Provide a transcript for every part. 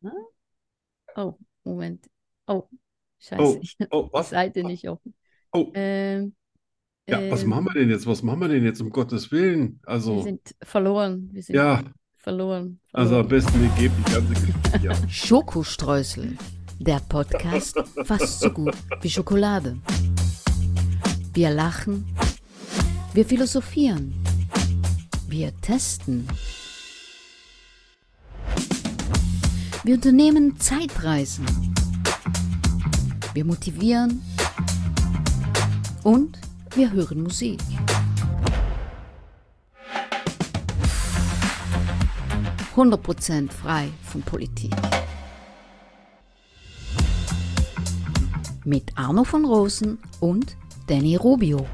Ne? Oh, Moment. Oh, scheiße. Oh, Ich oh, die was? Seite nicht offen. Oh, Ähm, ja, also was ähm, machen wir denn jetzt? Was machen wir denn jetzt, um Gottes Willen? wir Also, sind verloren. Wir sind ja, verloren, also am verloren. besten, ihr gebt die ganze Geschichte ab. Schokostreusel, der Podcast fast so gut wie Schokolade. Wir lachen, wir philosophieren, wir testen. Wir unternehmen Zeitreisen, wir motivieren und wir hören Musik. – 100% frei von Politik. Mit Arno von Rosen und Danny Rubio.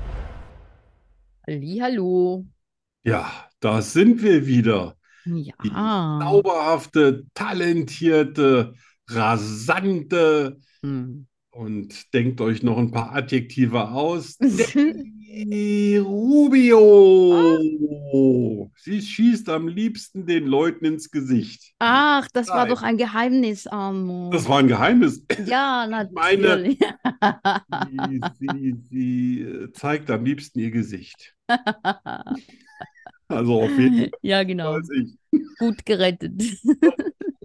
Hallihallo. Ja, da sind wir wieder. Die Ja. zauberhafte, talentierte, rasante Hm. und denkt euch noch ein paar Adjektive aus. Danny Ah. Rubio. Sie schießt am liebsten den Leuten ins Gesicht. Ach, das war doch Nein, ein Geheimnis, das Arno. war ein Geheimnis. Ja, Ich meine, natürlich. sie, sie, sie äh, zeigt am liebsten ihr Gesicht. Also auf jeden Ja, Fall genau. als ich. Gut gerettet.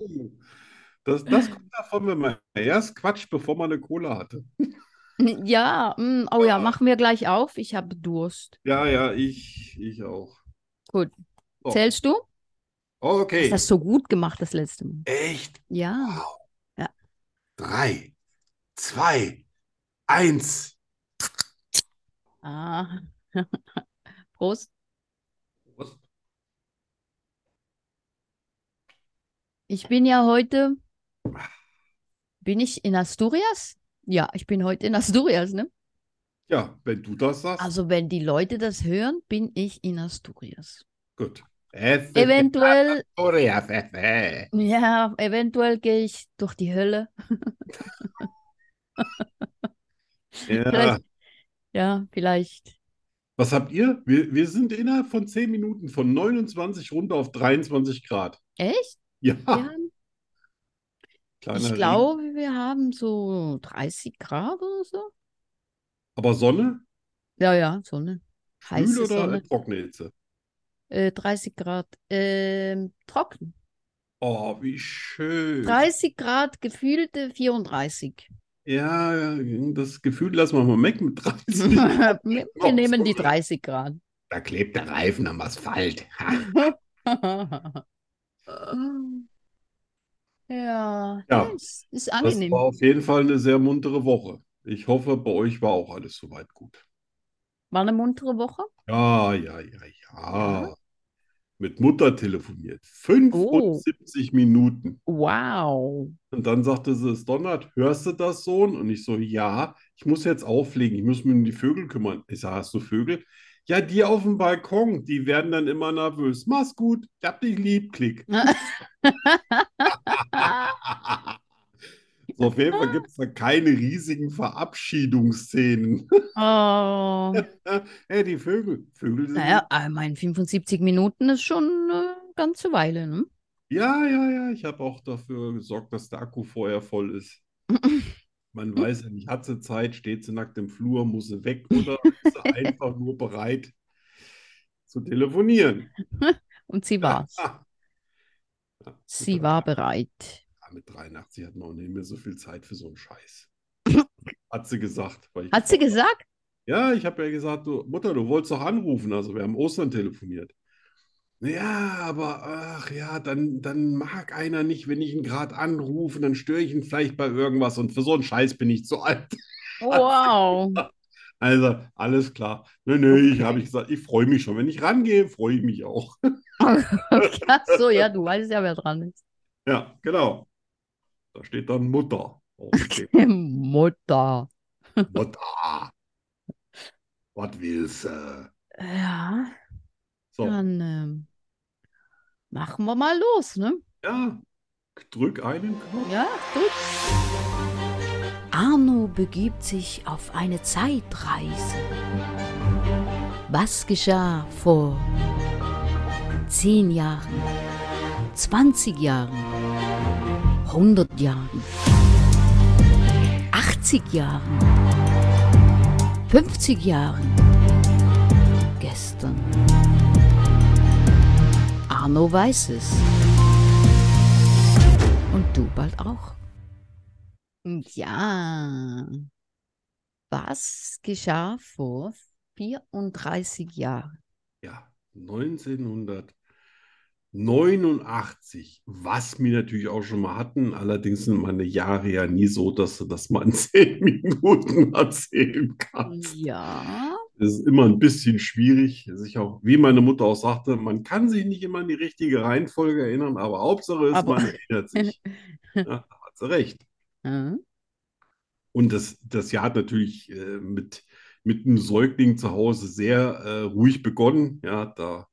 Das, das kommt davon, wenn man erst quatscht, bevor man eine Cola hatte. Ja, mm, oh ja, Ja, machen wir gleich auf. Ich habe Durst. ja, ja, ich, ich auch. Gut. So, Zählst du? Hast okay. das so gut gemacht das letzte Mal? Echt? Ja. Wow. Ja. Drei, zwei, eins. Ah. Prost. Was? Ich bin ja heute, bin ich in Asturias? Ja, ich bin heute in Asturias, ne? Ja, wenn du das sagst, Also, wenn die Leute das hören, bin ich in Asturias. gut. Es ist in Eventuell, Asturias, es ist- ja, eventuell gehe ich durch die Hölle. Ja. Vielleicht, ja, vielleicht. Was habt ihr? Wir, wir sind innerhalb von 10 Minuten von 29 runter auf 23 Grad. Echt? Ja, Ja, ich kleiner Regen. glaube, wir haben so 30 Grad oder so. Aber Sonne? Ja, ja, Sonne. Schwül Heiße oder äh, Sonne. trockene Hitze? Äh, 30 Grad. Ähm, trocken. Oh, wie schön. 30 Grad gefühlte 34. Ja, das Gefühl lassen wir mal weg mit 30. Wir wir Oh, nehmen die sorry. 30 Grad. Da klebt der Reifen am Asphalt. Ja, ja, Ja, es ist das war angenehm. auf jeden Fall eine sehr muntere Woche. Ich hoffe, bei euch war auch alles soweit gut. War eine muntere Woche? Ja, ja, ja, Ja. ja. Mit Mutter telefoniert. Oh, 75 Minuten. wow. Und dann sagte sie, es donnert, hörst du das, Sohn? Und ich so, ja, ich muss jetzt auflegen, ich muss mich um die Vögel kümmern. Ich sage, hast du Vögel? Ja, die auf dem Balkon, die werden dann immer nervös. Mach's gut, ich hab dich lieb, klick. So, auf jeden Fall gibt es da keine riesigen Verabschiedungsszenen. Oh, Hey, die Vögel, Vögel sind lieb. naja, ich meine, 75 Minuten ist schon äh, eine ganze Weile, ne? Ja, ja, ja, ich habe auch dafür gesorgt, dass der Akku vorher voll ist. Man weiß ja nicht, hat sie Zeit, steht sie nackt im Flur, muss sie weg oder ist sie einfach nur bereit zu telefonieren? Und sie war's. Ja, mit Sie war 83, bereit. ja, Ah, mit 83 hat man auch nicht mehr so viel Zeit für so einen Scheiß. Hat sie gesagt, weil ich Hat sie gefragt habe. gesagt? Ja, ich habe ja gesagt, du, Mutter, du wolltest doch anrufen. Also wir haben Ostern telefoniert. Ja, aber ach ja, dann, dann mag einer nicht, wenn ich ihn gerade anrufe, dann störe ich ihn vielleicht bei irgendwas und für so einen Scheiß bin ich zu alt. Hat sie Wow. gesagt. Also, alles klar. Nö, nö, ich habe Okay. ich gesagt, ich freue mich schon. Wenn ich rangehe, freue ich mich auch. Okay, ach so, ja, du weißt ja, wer dran ist. Ja, genau. Da steht dann Mutter Oh, auf dem Ding. Mutter. Mutter, was willst du? Ja, So, dann ähm, machen wir mal los, ne? ja, drück einen Knopf. Ja, drück. Arno begibt sich auf eine Zeitreise. Was geschah vor 10 Jahren, 20 Jahren, 100 Jahren, 80 Jahren, 50 Jahren, gestern. Arno weiß es. Und du bald auch. Ja. Was geschah vor 34 Jahren? Ja, 1989, was wir natürlich auch schon mal hatten, allerdings sind meine Jahre ja nie so, dass du das mal in zehn Minuten erzählen kannst. Ja. Das ist immer ein bisschen schwierig, sich auch, wie meine Mutter auch sagte, man kann sich nicht immer an die richtige Reihenfolge erinnern, aber Hauptsache ist, Aber- man erinnert sich. Ja, da hat sie recht. Hm? Und das, das Jahr hat natürlich äh, mit, mit einem Säugling zu Hause sehr äh, ruhig begonnen. Ja, da,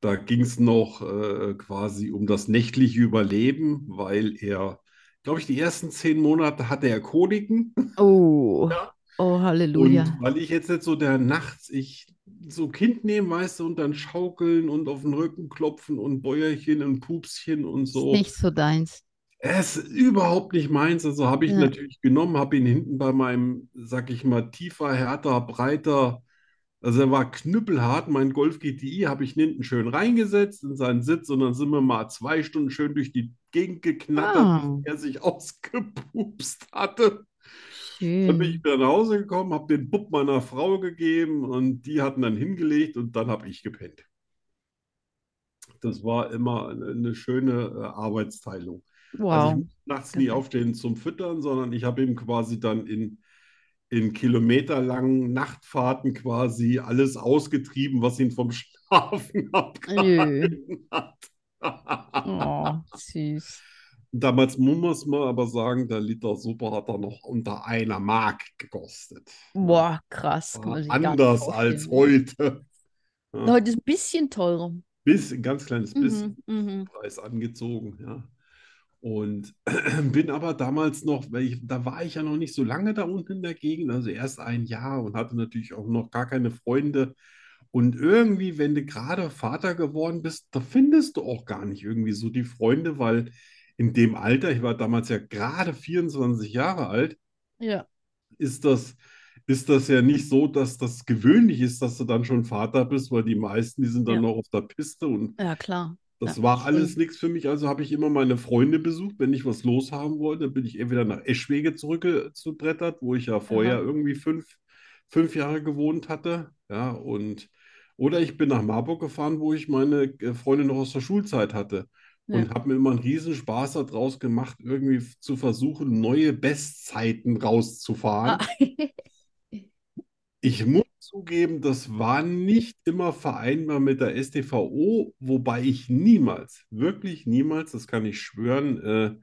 da ging es noch äh, quasi um das nächtliche Überleben, weil er, glaube ich, die ersten zehn Monate hatte er Koliken. Oh. Ja. Oh, Halleluja. Und weil ich jetzt nicht so der nachts, ich so Kind nehme, weißt du, und dann schaukeln und auf den Rücken klopfen und Bäuerchen und Pupschen und so. Ist nicht so deins. Es ist überhaupt nicht meins, also habe ich Ja. natürlich genommen, habe ihn hinten bei meinem, sag ich mal, tiefer, härter, breiter, also er war knüppelhart, mein Golf GTI habe ich hinten schön reingesetzt in seinen Sitz und dann sind wir mal zwei Stunden schön durch die Gegend geknattert, Ah. bis er sich ausgepupst hatte. Dann bin ich Schön. wieder nach Hause gekommen, habe den Bub meiner Frau gegeben und die hatten dann hingelegt und dann habe ich gepennt. Das war immer eine, eine schöne äh, Arbeitsteilung. Also ich Wow. musste nachts nie Perfekt. aufstehen zum Füttern, sondern ich habe ihm quasi dann in, in kilometerlangen Nachtfahrten quasi alles ausgetrieben, was ihn vom Schlafen abgehalten hat. Oh, süß. Damals muss man aber sagen, der Liter Super hat er noch unter einer Mark gekostet. Boah, krass. War kann man sich gar nicht anders als vorstellen. ne? heute. Ja, Heute ist ein bisschen teurer. bis, ein ganz kleines bisschen. Mhm, mhm. Preis angezogen, ja. Und bin aber damals noch, weil ich, da war ich ja noch nicht so lange da unten in der Gegend, also erst ein Jahr und hatte natürlich auch noch gar keine Freunde. Und irgendwie, wenn du gerade Vater geworden bist, da findest du auch gar nicht irgendwie so die Freunde, weil in dem Alter, ich war damals ja gerade 24 Jahre alt, Ja. ist das, ist das ja nicht so, dass das gewöhnlich ist, dass du dann schon Vater bist, weil die meisten, die sind dann Ja. noch auf der Piste und Ja, klar. das Ja, war alles stimmt. nichts für mich, also habe ich immer meine Freunde besucht, wenn ich was loshaben wollte, dann bin ich entweder nach Eschwege zurückgebrettert, wo ich ja vorher Aha. irgendwie fünf, fünf Jahre gewohnt hatte, ja, und oder ich bin nach Marburg gefahren, wo ich meine äh, Freunde noch aus der Schulzeit hatte Ja. und habe mir immer einen riesen Spaß daraus gemacht, irgendwie f- zu versuchen, neue Bestzeiten rauszufahren. Ah. Ich muss zugeben, das war nicht immer vereinbar mit der StVO, wobei ich niemals, wirklich niemals, das kann ich schwören, äh,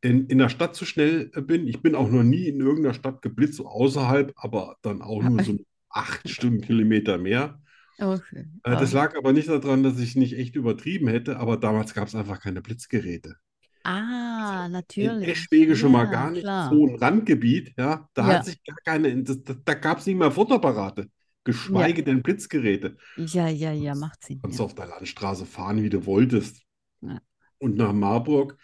in, in der Stadt zu schnell äh, bin. Ich bin auch noch nie in irgendeiner Stadt geblitzt, so außerhalb, aber dann auch nur so acht Stundenkilometer mehr. Okay. Äh, das Ah. lag aber nicht daran, dass ich nicht echt übertrieben hätte, aber damals gab es einfach keine Blitzgeräte. Ah, In natürlich. Eschwege schon mal Ja, gar nicht, klar. so ein Randgebiet, ja, da Ja. hat sich gar keine, das, da, da gab es nicht mal Fotoapparate, geschweige denn Blitzgeräte. Ja, ja, ja, macht Sinn. Kannst Ja. du auf der Landstraße fahren, wie du wolltest. Ja. Und nach Marburg,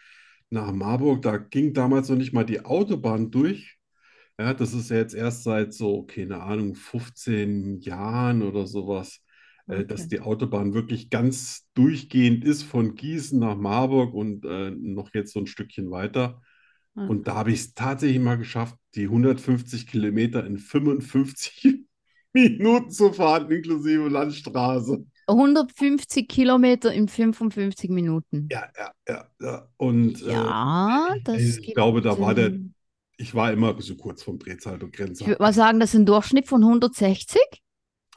nach Marburg, da ging damals noch nicht mal die Autobahn durch. Ja, das ist ja jetzt erst seit so, keine Ahnung, 15 Jahren oder sowas, äh, dass Okay. die Autobahn wirklich ganz durchgehend ist von Gießen nach Marburg und äh, noch jetzt so ein Stückchen weiter. Ah. Und da habe ich es tatsächlich mal geschafft, die 150 Kilometer in 55 Minuten zu fahren, inklusive Landstraße. 150 Kilometer in 55 Minuten. Ja, ja, ja, ja. Und äh, Ja, das ich glaube, da gibt, war der, ähm, ich war immer so kurz vom ich Drehzahlbegrenzer. würde mal sagen, das ist ein Durchschnitt von 160.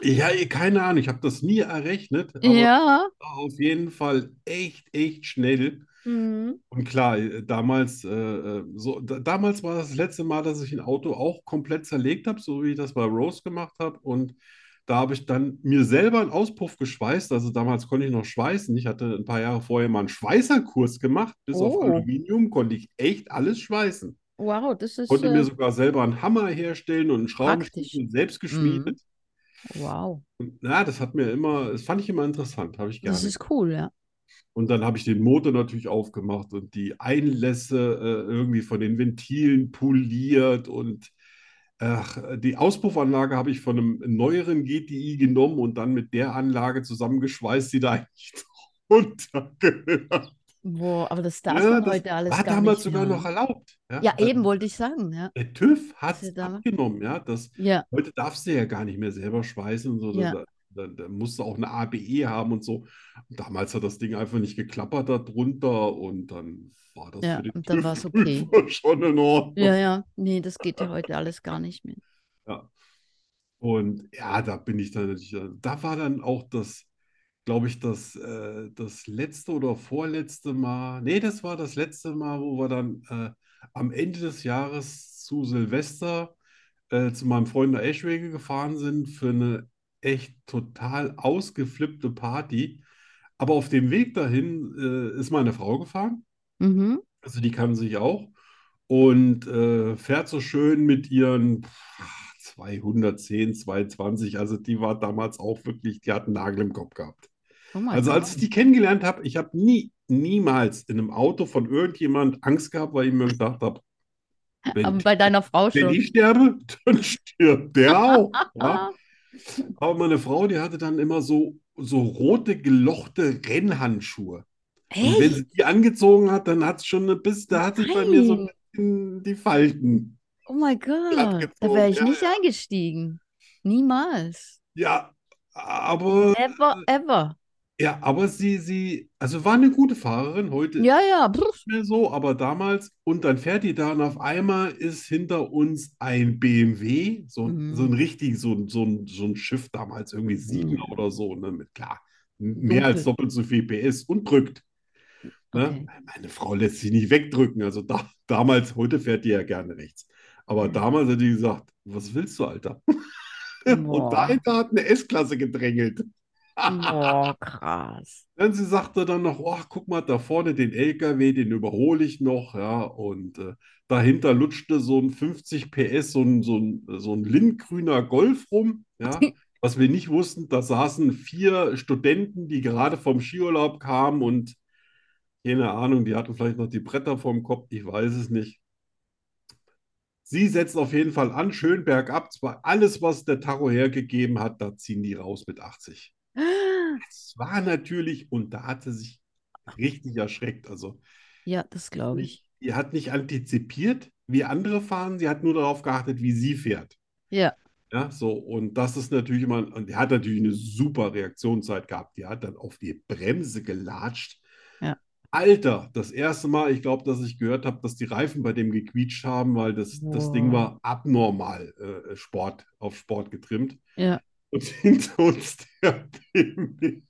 Ja, eh, keine Ahnung, ich habe das nie errechnet, aber Ja. war auf jeden Fall echt, echt schnell. Mhm. Und klar, äh, damals, äh, äh, so, da, damals war das letzte Mal, dass ich ein Auto auch komplett zerlegt habe, so wie ich das bei Rose gemacht habe. Und da habe ich dann mir selber einen Auspuff geschweißt. Also damals konnte ich noch schweißen. Ich hatte ein paar Jahre vorher mal einen Schweißerkurs gemacht. Bis auf Oh, Aluminium konnte ich echt alles schweißen. wow, das ist Konnte mir äh, sogar selber einen Hammer herstellen und einen praktisch. Schraubenschlüssel selbst Mhm. geschmiedet. Wow, Und, na, das hat mir immer, das fand ich immer interessant, habe ich das gerne. ist cool, ja. Und dann habe ich den Motor natürlich aufgemacht und die Einlässe äh, irgendwie von den Ventilen poliert und ach, die Auspuffanlage habe ich von einem neueren GTI genommen und dann mit der Anlage zusammengeschweißt, die da eigentlich drunter gehört. Boah, aber das darf Ja, man das heute alles war gar damals nicht sogar hören. noch erlaubt. Ja, Ja, da- eben wollte ich sagen, ja. der TÜV hat Ist ja es damals- abgenommen, ja. Das, Ja, heute darfst du ja gar nicht mehr selber schweißen und so. Da, ja. da, da, da musst du auch eine ABE haben und so. Und damals hat das Ding einfach nicht geklappert darunter und dann war das Ja, für den und dann war es okay. TÜV-Prüfer schon in Ja, Ordnung. ja. Nee, das geht ja heute alles gar nicht mehr. Ja. Und ja, da bin ich dann natürlich, äh, da war dann auch das, glaube ich, das, äh, das letzte oder vorletzte Mal, nee, das war das letzte Mal, wo wir dann äh, am Ende des Jahres zu Silvester äh, zu meinem Freund der Eschwege gefahren sind für eine echt total ausgeflippte Party. Aber auf dem Weg dahin äh, ist meine Frau gefahren, Mhm. also die kann sich auch und äh, fährt so schön mit ihren pff, 210, 220. Also die war damals auch wirklich, die hat einen Nagel im Kopf gehabt. Oh mein Also als Gott. ich die kennengelernt habe, ich habe nie, niemals in einem Auto von irgendjemand Angst gehabt, weil ich mir gedacht habe, wenn Aber bei deiner Frau wenn schon. ich sterbe, dann stirbt der auch. Ja? Ah, Aber meine Frau, die hatte dann immer so, so rote, gelochte Rennhandschuhe. Und wenn echt? sie die angezogen hat, dann hat es schon eine bis, da hat sich bei mir so ein Nein. bisschen die Falten Oh mein glatt Gott. Da wäre gezogen. ich Ja, nicht eingestiegen. Niemals. ja. aber, Never, ever. ja, aber sie, sie, also war eine gute Fahrerin, heute Ja, ja. pff. nicht mehr so, aber damals. Und dann fährt die da und auf einmal ist hinter uns ein BMW, so, so ein Mhm. richtig, so, ein- so, ein, so ein Schiff damals, irgendwie Siebener Mhm. oder so, ne, mit klar, mehr als Dunkel. doppelt so viel PS und drückt. Ne? Okay. Meine Frau lässt sich nicht wegdrücken. Also da, damals, heute fährt die ja gerne rechts. Aber Ja. damals hat die gesagt, was willst du, Alter? Und Boah. dahinter hat eine S-Klasse gedrängelt. Boah, krass. Dann sie sagte dann noch, ach, guck mal, da vorne den LKW, den überhole ich noch, ja. Und äh, dahinter lutschte so ein 50 PS, so ein, so ein, so ein lindgrüner Golf rum, ja. Was wir nicht wussten, da saßen vier Studenten, die gerade vom Skiurlaub kamen und keine Ahnung, die hatten vielleicht noch die Bretter vorm Kopf, ich weiß es nicht. Sie setzt auf jeden Fall an, schön bergab, zwar alles, was der Tacho hergegeben hat, da ziehen die raus mit 80. Das war natürlich, und da hat sie sich richtig erschreckt. Also Ja, das glaube nicht, ich. sie hat nicht antizipiert, wie andere fahren, sie hat nur darauf geachtet, wie sie fährt. Ja. Ja, so, und das ist natürlich immer, und die hat natürlich eine super Reaktionszeit gehabt. Die hat dann auf die Bremse gelatscht. Ja. Alter, das erste Mal, ich glaube, dass ich gehört habe, dass die Reifen bei dem gequietscht haben, weil das, das Ding Boah. war abnormal äh, Sport, auf Sport getrimmt. Ja. Und hinter uns der BMW,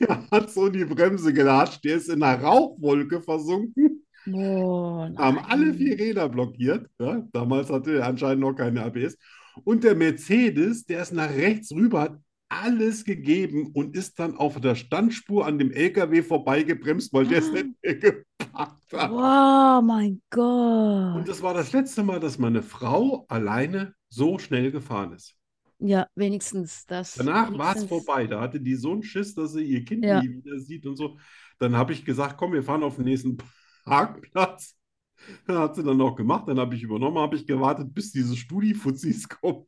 der hat so in die Bremse gelatscht, der ist in einer Rauchwolke versunken, Boah, haben alle vier nein. Räder blockiert. Ja? Damals hatte er anscheinend noch keine ABS. Und der Mercedes, der ist nach rechts rüber, hat alles gegeben und ist dann auf der Standspur an dem LKW vorbeigebremst, weil der es nicht mehr gepackt hat. Wow, mein Und Gott. das war das letzte Mal, dass meine Frau alleine so schnell gefahren ist. Ja, wenigstens das. Danach war es Wenigstens. vorbei. Da hatte die so einen Schiss, dass sie ihr Kind Ja. nie wieder sieht und so. Dann habe ich gesagt, komm, wir fahren auf den nächsten Parkplatz. Das hat sie dann auch gemacht. Dann habe ich übernommen, habe ich gewartet, bis diese Studi-Fuzzis kommen.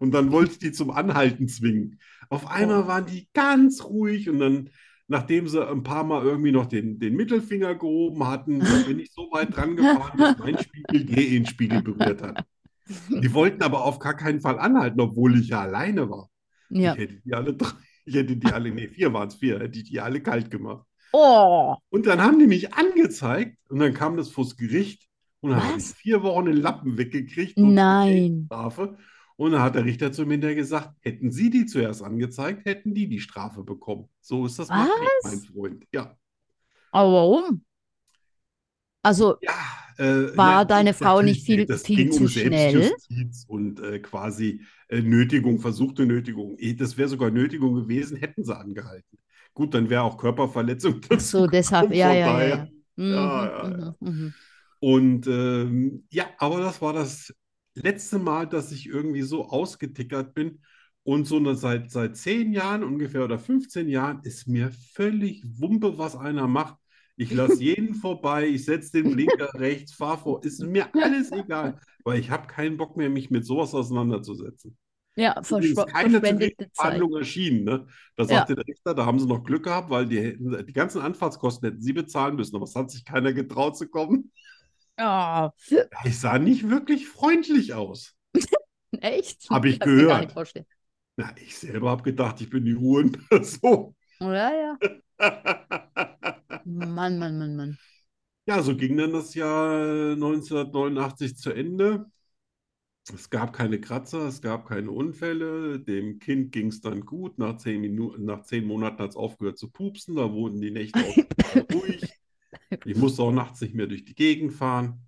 Und dann wollte ich die zum Anhalten zwingen. Auf einmal Boah. waren die ganz ruhig und dann, nachdem sie ein paar Mal irgendwie noch den, den Mittelfinger gehoben hatten, da bin ich so weit dran gefahren, dass mein Spiegel den Spiegel berührt hat. Die wollten aber auf gar keinen Fall anhalten, obwohl ich ja alleine war. Ich Ja. hätte die alle drei, ich hätte die alle, nee, vier waren es, vier, hätte ich die alle kalt gemacht. Oh, Und dann haben die mich angezeigt und dann kam das vors Gericht und dann habe ich was? vier Wochen den Lappen weggekriegt und eine Nein. Geldstrafe. Und dann hat der Richter zu mir hinterher gesagt, hätten Sie die zuerst angezeigt, hätten die die Strafe bekommen. So ist das Machrecht, mein Was? Freund. Ja, Aber warum? Also ja, äh, na, war deine Frau nicht natürlich, äh, viel, das viel ging zu um schnell? Selbstjustiz und äh, quasi äh, Nötigung, versuchte Nötigung. Eh, Das wäre sogar Nötigung gewesen, hätten sie angehalten. Gut, dann wäre auch Körperverletzung Ach so, deshalb. dazugekommen, Ja, von ja, ja, ja. daher. Mhm, Ja, ja, ja. mhm, mhm. Und ähm, ja, aber das war das letzte Mal, dass ich irgendwie so ausgetickert bin. Und so eine, seit, seit zehn Jahren ungefähr oder 15 Jahren ist mir völlig Wumpe, was einer macht. Ich lasse jeden vorbei, ich setze den Blinker rechts, fahre vor, ist mir alles egal, weil ich habe keinen Bock mehr, mich mit sowas auseinanderzusetzen. Ja, Übrigens, verschw- keine verschwendete Zeit. Verhandlung erschienen. Ne? Da sagte der Richter, da haben sie noch Glück gehabt, weil die, hätten- die ganzen Anfahrtskosten hätten sie bezahlen müssen, aber es hat sich keiner getraut zu kommen. Ja, Ich sah nicht wirklich freundlich aus. echt? Hab ich Kannst du dir gar gehört. nicht vorstellen. Na, ich selber habe gedacht, ich bin die Ruhenperson. Ja, ja. Mann, Mann, Mann, Mann. Ja, so ging dann das Jahr 1989 zu Ende. Es gab keine Kratzer, es gab keine Unfälle. Dem Kind ging es dann gut. Nach zehn Minuten, nach zehn Monaten hat es aufgehört zu pupsen. Da wurden die Nächte auch ruhig. Ich musste auch nachts nicht mehr durch die Gegend fahren.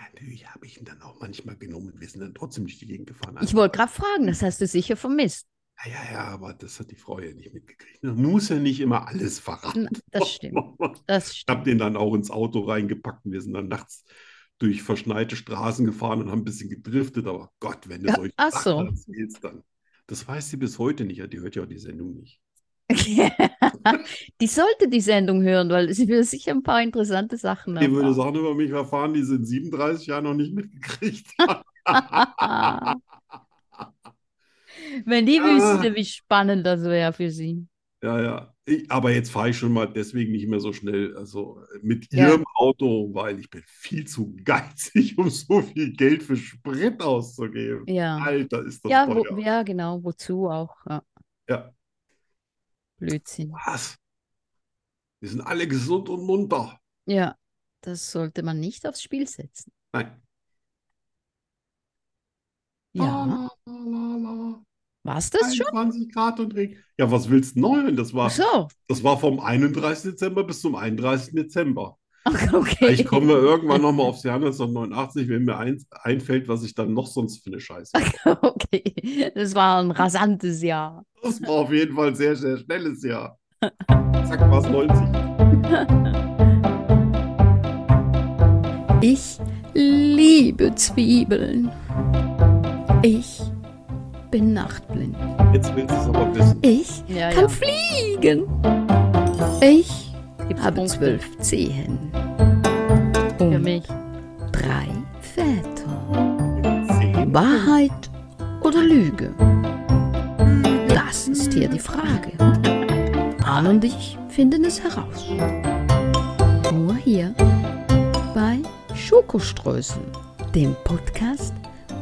Natürlich habe ich ihn dann auch manchmal genommen und wir sind dann trotzdem durch die Gegend gefahren. Ich Also, wollte gerade fragen, das hast du sicher vermisst. ja, Ah, ja, ja, aber das hat die Frau ja nicht mitgekriegt. Man muss ja nicht immer alles verraten. Na, das stimmt. Das Ich habe stimmt. den dann auch ins Auto reingepackt und wir sind dann nachts durch verschneite Straßen gefahren und haben ein bisschen gedriftet, aber Gott, wenn du Ja, solche ach Sachen so. erzählst, dann. Das weiß sie bis heute nicht, ja, die hört ja auch die Sendung nicht. Die sollte die Sendung hören, weil sie will sicher ein paar interessante Sachen Die würde erfahren. Sachen über mich erfahren, die sie in 37 Jahren noch nicht mitgekriegt hat. Ah. Wenn die Ah. wüsste, wie spannend das wäre für sie. Ja, ja. Ich, aber jetzt fahre ich schon mal deswegen nicht mehr so schnell, also mit Ja. ihrem Auto, weil ich bin viel zu geizig, um so viel Geld für Sprit auszugeben. Ja. Alter, ist das Ja, wo, teuer. ja, genau. Wozu auch? Ja, Ja. Blödsinn. Was? Wir sind alle gesund und munter. Ja, das sollte man nicht aufs Spiel setzen. Nein. Ja. La, la, la, la. War's das schon? 21 Grad und Regen. Ja, was willst du neu? Das war, Ach so. das war vom 31. Dezember bis zum 31. Dezember. Ach, okay. Vielleicht kommen wir irgendwann nochmal aufs Jahr 1989, wenn mir eins einfällt, was ich dann noch sonst für eine Scheiße. mache. Okay. Das war ein rasantes Jahr. Das war auf jeden Fall ein sehr, sehr schnelles Jahr. Zack, war es 90. Ich liebe Zwiebeln. Ich bin nachtblind. Jetzt willst du es aber wissen. Ich Ja, ja. kann fliegen. Ich Gibt's habe Punkte zwölf Zehen. für Und mich? drei Väter. Zehn. Wahrheit oder Lüge? Das ist hier die Frage. Arne und ich finden es heraus. Nur hier bei Schokoströßen, dem Podcast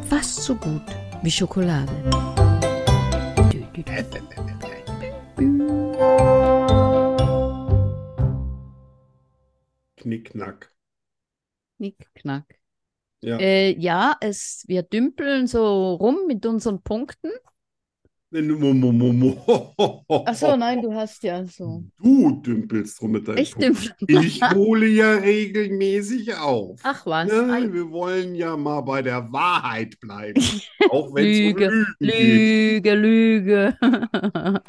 fast so gut wie Schokolade. Dü, dü, dü. Knickknack. Knickknack. Ja. Äh, ja, es, wir dümpeln so rum mit unseren Punkten. Mo, mo, mo, mo. Ach so, nein, du hast ja so. Du dümpelst rum mit deinem Ich Punkt. dümpel. Ich hole ja regelmäßig auf. Ach was. Ne? Ei, Wir wollen ja mal bei der Wahrheit bleiben. Auch wenn es um Lüge, Lügen geht. Lüge, Lüge.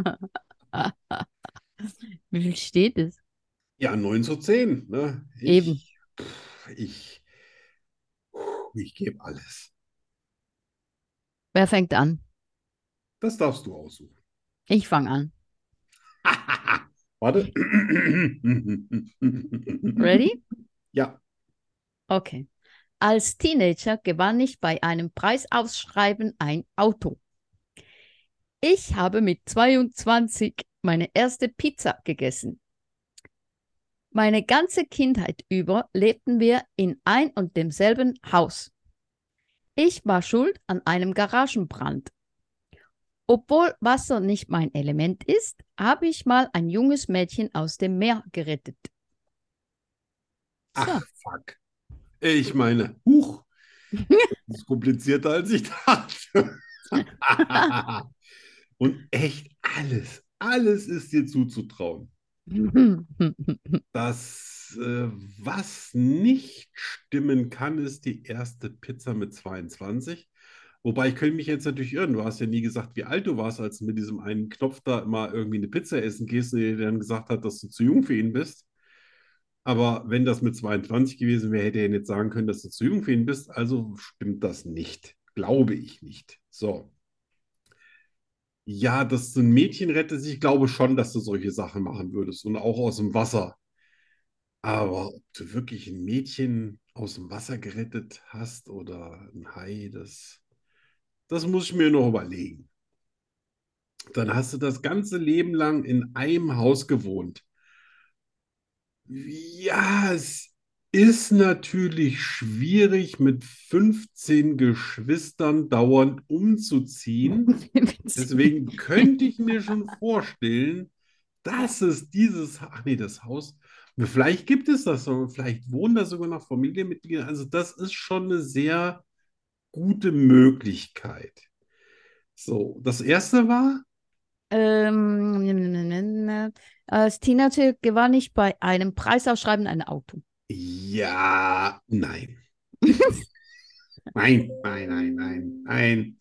Wie viel steht es? Ja, 9 zu 10. Ne? Ich, Eben. pff, Ich, ich gebe alles. Wer fängt an? Das darfst du aussuchen. Ich fange an. Warte. Ready? Ja. Okay. Als Teenager gewann ich bei einem Preisausschreiben ein Auto. Ich habe mit 22 meine erste Pizza gegessen. Meine ganze Kindheit über lebten wir in ein und demselben Haus. Ich war schuld an einem Garagenbrand. Obwohl Wasser nicht mein Element ist, habe ich mal ein junges Mädchen aus dem Meer gerettet. So. Ach, fuck. Ich meine, huch, das ist komplizierter als ich dachte. Und echt alles, alles ist dir zuzutrauen. Das, äh, was nicht stimmen kann, ist die erste Pizza mit 22. Wobei ich könnte mich jetzt natürlich irren. Du hast ja nie gesagt, wie alt du warst, als du mit diesem einen Knopf da immer irgendwie eine Pizza essen gehst und dir dann gesagt hat, dass du zu jung für ihn bist. Aber wenn das mit 22 gewesen wäre, hätte er nicht sagen können, dass du zu jung für ihn bist. Also stimmt das nicht. Glaube ich nicht. So. Ja, dass du ein Mädchen rettest, ich glaube schon, dass du solche Sachen machen würdest und auch aus dem Wasser. Aber ob du wirklich ein Mädchen aus dem Wasser gerettet hast oder ein Hai, das, das muss ich mir noch überlegen. Dann hast du das ganze Leben lang in einem Haus gewohnt. Ja, es ist natürlich schwierig, mit 15 Geschwistern dauernd umzuziehen. Deswegen könnte ich mir schon vorstellen, dass es dieses, ach nee, das Haus, vielleicht gibt es das, aber vielleicht wohnen da sogar noch Familienmitglieder. Also das ist schon eine sehr gute Möglichkeit. So, das erste war, Ähm, ne, ne, ne, ne. Als Teenager gewann ich bei einem Preisausschreiben ein Auto. ja, nein. Nein, nein, nein, nein, nein.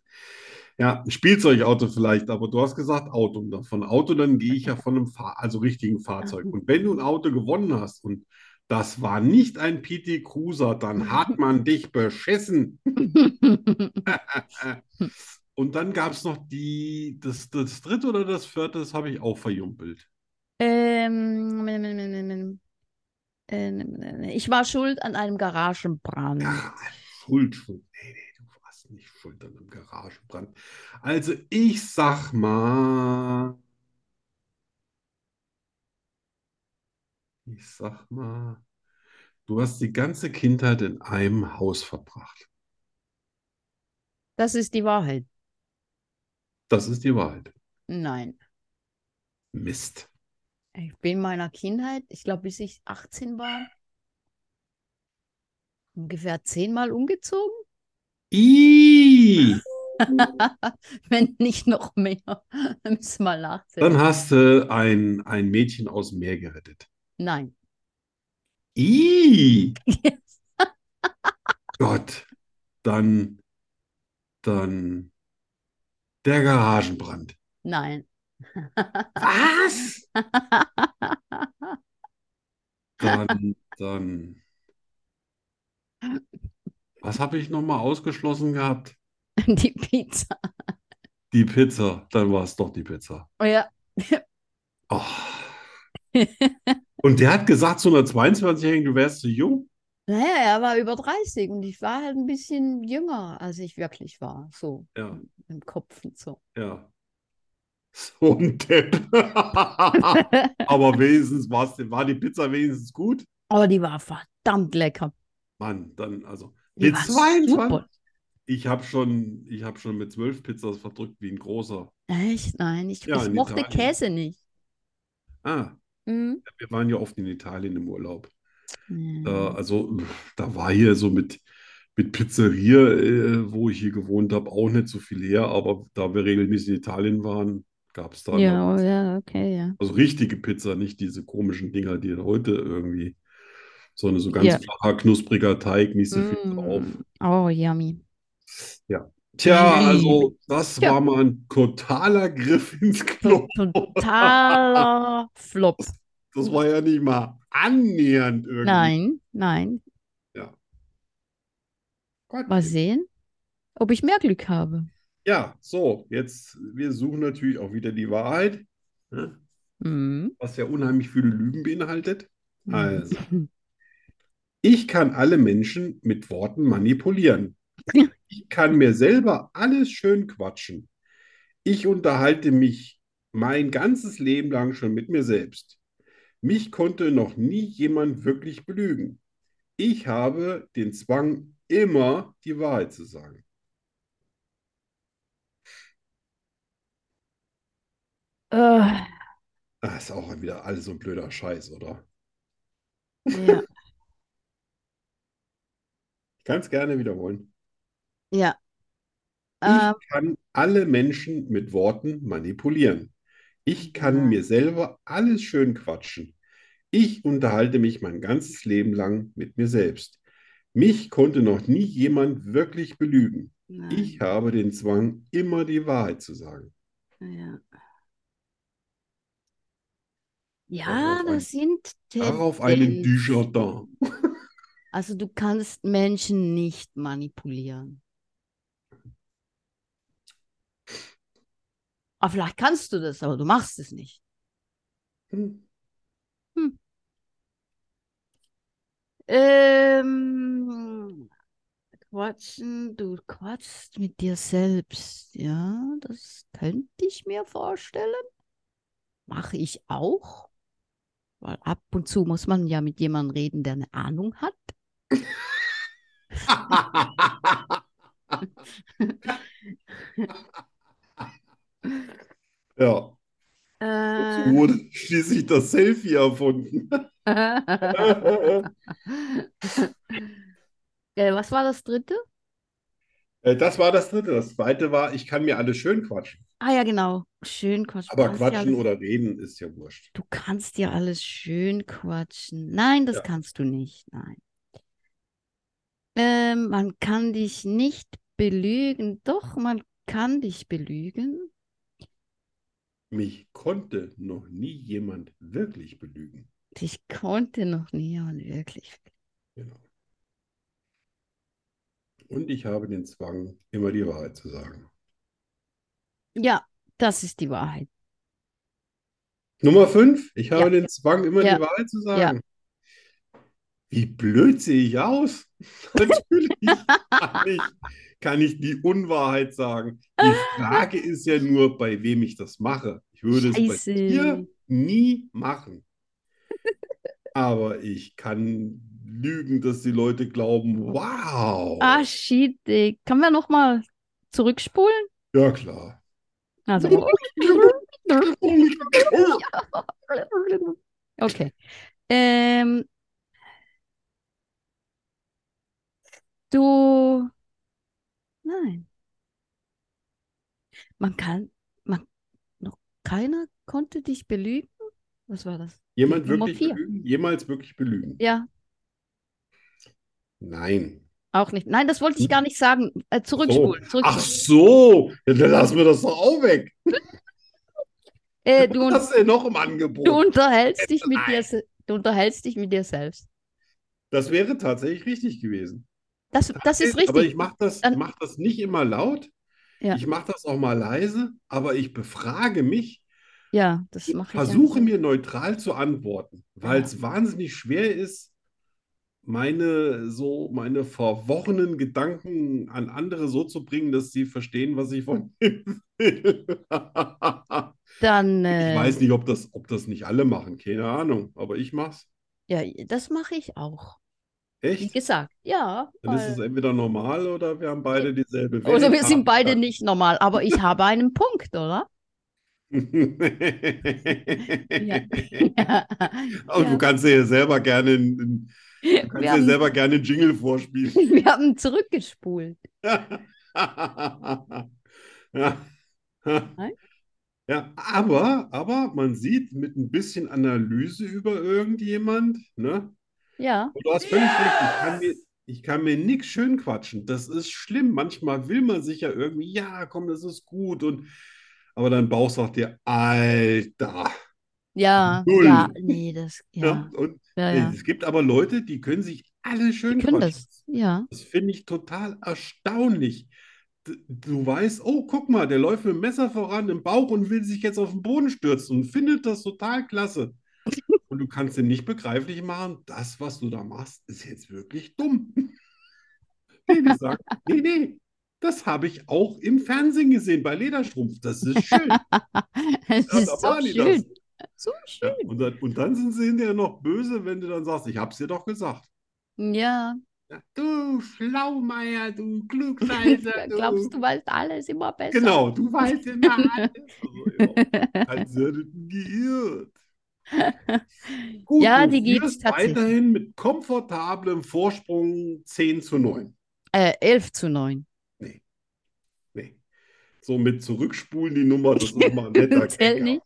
Ja, ein Spielzeugauto vielleicht, aber du hast gesagt Auto. Und von Auto, dann gehe ich ja von einem Fahr also richtigen Fahrzeug. Und wenn du ein Auto gewonnen hast und das war nicht ein PT Cruiser, dann hat man dich beschissen. Und dann gab es noch die, das, das dritte oder das vierte, das habe ich auch verjumpelt. Ähm, ne, ne, ne, ne, ne. Äh, ne, ne, ne. ich war schuld an einem Garagenbrand. Gar- Schuld, Schuld. Nee, nee, du warst nicht schuld an einem Garagenbrand. Also ich sag mal. Ich sag mal. Du hast die ganze Kindheit in einem Haus verbracht. Das ist die Wahrheit. Das ist die Wahrheit. Nein, Mist. ich bin meiner Kindheit, ich glaube, bis ich 18 war, ungefähr zehnmal umgezogen, Ih, wenn nicht noch mehr. Da müssen wir mal nachzählen. dann hast du ein, ein Mädchen aus dem Meer gerettet. Nein. I. Gott, dann, dann der Garagenbrand. Nein. Was? Dann, dann. Was habe ich nochmal ausgeschlossen gehabt? Die Pizza. Die Pizza. Dann war es doch die Pizza. Ja, Oh. Und der hat gesagt zu einer 22-Jährigen, du wärst zu jung? naja, er war über 30 und ich war halt ein bisschen jünger, als ich wirklich war. So Ja, im Kopf und so. ja. So ein Depp. Aber wenigstens war's, war die Pizza wenigstens gut. Aber die war verdammt lecker. Mann, dann, also. Die Mit war 22? super. Ich habe schon, ich habe schon mit zwölf Pizzas verdrückt wie ein großer. Echt? Nein, ich, Ja, ich in mochte Italien. Käse nicht. Ah, Hm? wir waren ja oft in Italien im Urlaub. Äh, Ja. also pff, da war hier so mit, mit Pizzeria, äh, wo ich hier gewohnt habe, auch nicht so viel her. Aber da wir regelmäßig in Italien waren, gab es da noch, Ja, oh ja, okay, ja. also richtige Pizza, nicht diese komischen Dinger, die heute irgendwie, sondern so ganz Ja. flacher, knuspriger Teig, nicht so viel drauf. Mm. Oh, yummy. Tja, Nee. also das Tja. war mal ein totaler Griff ins Klo. To- Totaler Flop. Das war ja nicht mal annähernd irgendwie. Nein, nein. Gott. Mal sehen, ob ich mehr Glück habe. Ja, so, jetzt, wir suchen natürlich auch wieder die Wahrheit, ne? Hm. was ja unheimlich viele Lügen beinhaltet. Also, ich kann alle Menschen mit Worten manipulieren. Ich kann mir selber alles schön quatschen. Ich unterhalte mich mein ganzes Leben lang schon mit mir selbst. Mich konnte noch nie jemand wirklich belügen. Ich habe den Zwang, immer die Wahrheit zu sagen. Äh, Das Ah, ist auch wieder alles so ein blöder Scheiß, oder? ja. Ich kann es gerne wiederholen. ja. Ähm, Ich kann alle Menschen mit Worten manipulieren. Ich kann Ja. mir selber alles schön quatschen. Ich unterhalte mich mein ganzes Leben lang mit mir selbst. Mich konnte noch nie jemand wirklich belügen. Ich habe den Zwang, immer die Wahrheit zu sagen. Ja, Darauf ja ein- das sind Darauf einen Tendenzen. Dujardin. Also du kannst Menschen nicht manipulieren. Ah, vielleicht kannst du das, aber du machst es nicht. Hm. Ähm, quatschen, du quatschst mit dir selbst. Ja, das könnte ich mir vorstellen. Mache ich auch. Weil ab und zu muss man ja mit jemandem reden, der eine Ahnung hat. Ja, so Äh, wurde schließlich das Selfie erfunden. Äh, äh, was war das dritte? Das war das dritte. Das zweite war, ich kann mir alles schön quatschen. Ah ja, genau. Schön quatschen. Aber Kannst ja quatschen alles- oder reden ist ja wurscht. Du kannst ja alles schön quatschen. Nein, das Ja. kannst du nicht. Nein. Ähm, man kann dich nicht belügen. Doch, man kann dich belügen. Mich konnte noch nie jemand wirklich belügen. Dich konnte noch niemand wirklich. Genau. Und ich habe den Zwang, immer die Wahrheit zu sagen. Ja, das ist die Wahrheit. Nummer fünf, ich Ja. habe den Zwang, immer Ja. die Wahrheit zu sagen. Wie blöd sehe ich aus? Natürlich kann ich, kann ich die Unwahrheit sagen. Die Frage ist ja nur, bei wem ich das mache. Ich würde es bei Scheiße. dir nie machen. Aber ich kann lügen, dass die Leute glauben, wow. Ah, shit, ey. Kann man nochmal zurückspulen? Ja, klar. Also. Okay. Ähm, du. Nein. Man kann. Man, noch keiner konnte dich belügen? Was war das? Jemand Nummer wirklich vier. belügen? Jemals wirklich belügen? Ja, Nein. auch nicht. Nein, das wollte ich gar nicht sagen. Äh, zurückspulen. Oh. Ach zurückspulen. so, ja, dann lassen wir das doch auch weg. Äh, du, Was un hast du denn noch im du, Angebot? unterhältst dich mit dir, Oh. Nein. se- du unterhältst dich mit dir selbst. Das wäre tatsächlich richtig gewesen. Das, das ist richtig. Aber ich mache das, Dann- mach das nicht immer laut. Ja. Ich mache das auch mal leise, aber ich befrage mich, Ja, das mache ich. versuche eigentlich. mir neutral zu antworten, weil es wahnsinnig schwer ist, meine so meine verworrenen Gedanken an andere so zu bringen, dass sie verstehen, was ich von ihnen will. Dann, Ich äh, weiß nicht, ob das, ob das nicht alle machen, keine Ahnung, aber ich mach's. ja, das mache ich auch. Wie Echt? gesagt, ja. Dann ist es weil- entweder normal oder wir haben beide dieselbe also wir sind beide nicht. nicht normal, aber ich habe einen Punkt, oder? Ja. ja. Und du kannst dir ja selber gerne einen, einen- du kannst Wir, dir haben, selber gerne einen Jingle vorspielen. wir haben zurückgespult. Ja. Ja, aber, aber man sieht mit ein bisschen Analyse über irgendjemand, ne? Ja, Und du hast völlig recht, ich kann mir, ich kann mir nichts schön quatschen. Das ist schlimm. Manchmal will man sich ja irgendwie, ja, komm, das ist gut. Und, aber dein Bauch sagt dir, Alter. ja, Null. ja, nee, das, ja, Ne? Und ja, äh, ja. es gibt aber Leute, die können sich alle schön Die können quatschen. das, ja. Das finde ich total erstaunlich. D- Du weißt, oh, guck mal, der läuft mit dem Messer voran im Bauch und will sich jetzt auf den Boden stürzen und findet das total klasse. Und du kannst ihm nicht begreiflich machen, das, was du da machst, ist jetzt wirklich dumm. Nee, die sagen, nee, nee, das habe ich auch im Fernsehen gesehen bei Lederstrumpf. Das ist schön. Es Ja, ist da so waren die das. schön, so Ja, schön. und dann, und dann sind sie hinterher noch böse, wenn du dann sagst, ich hab's dir doch gesagt. Ja, Ja, du Schlaumeier, du Klugscheißer, glaubst du, weißt alles immer besser. Genau, du weißt immer alles. Also, ja, als hätten geirrt. Gut, Ja, du die gibt's führst tatsächlich. weiterhin mit komfortablem Vorsprung 10 zu 9. Äh, 11 zu 9. Nee. So mit zurückspulen die Nummer, das ist mal ein netter Zählt Kicker. nicht.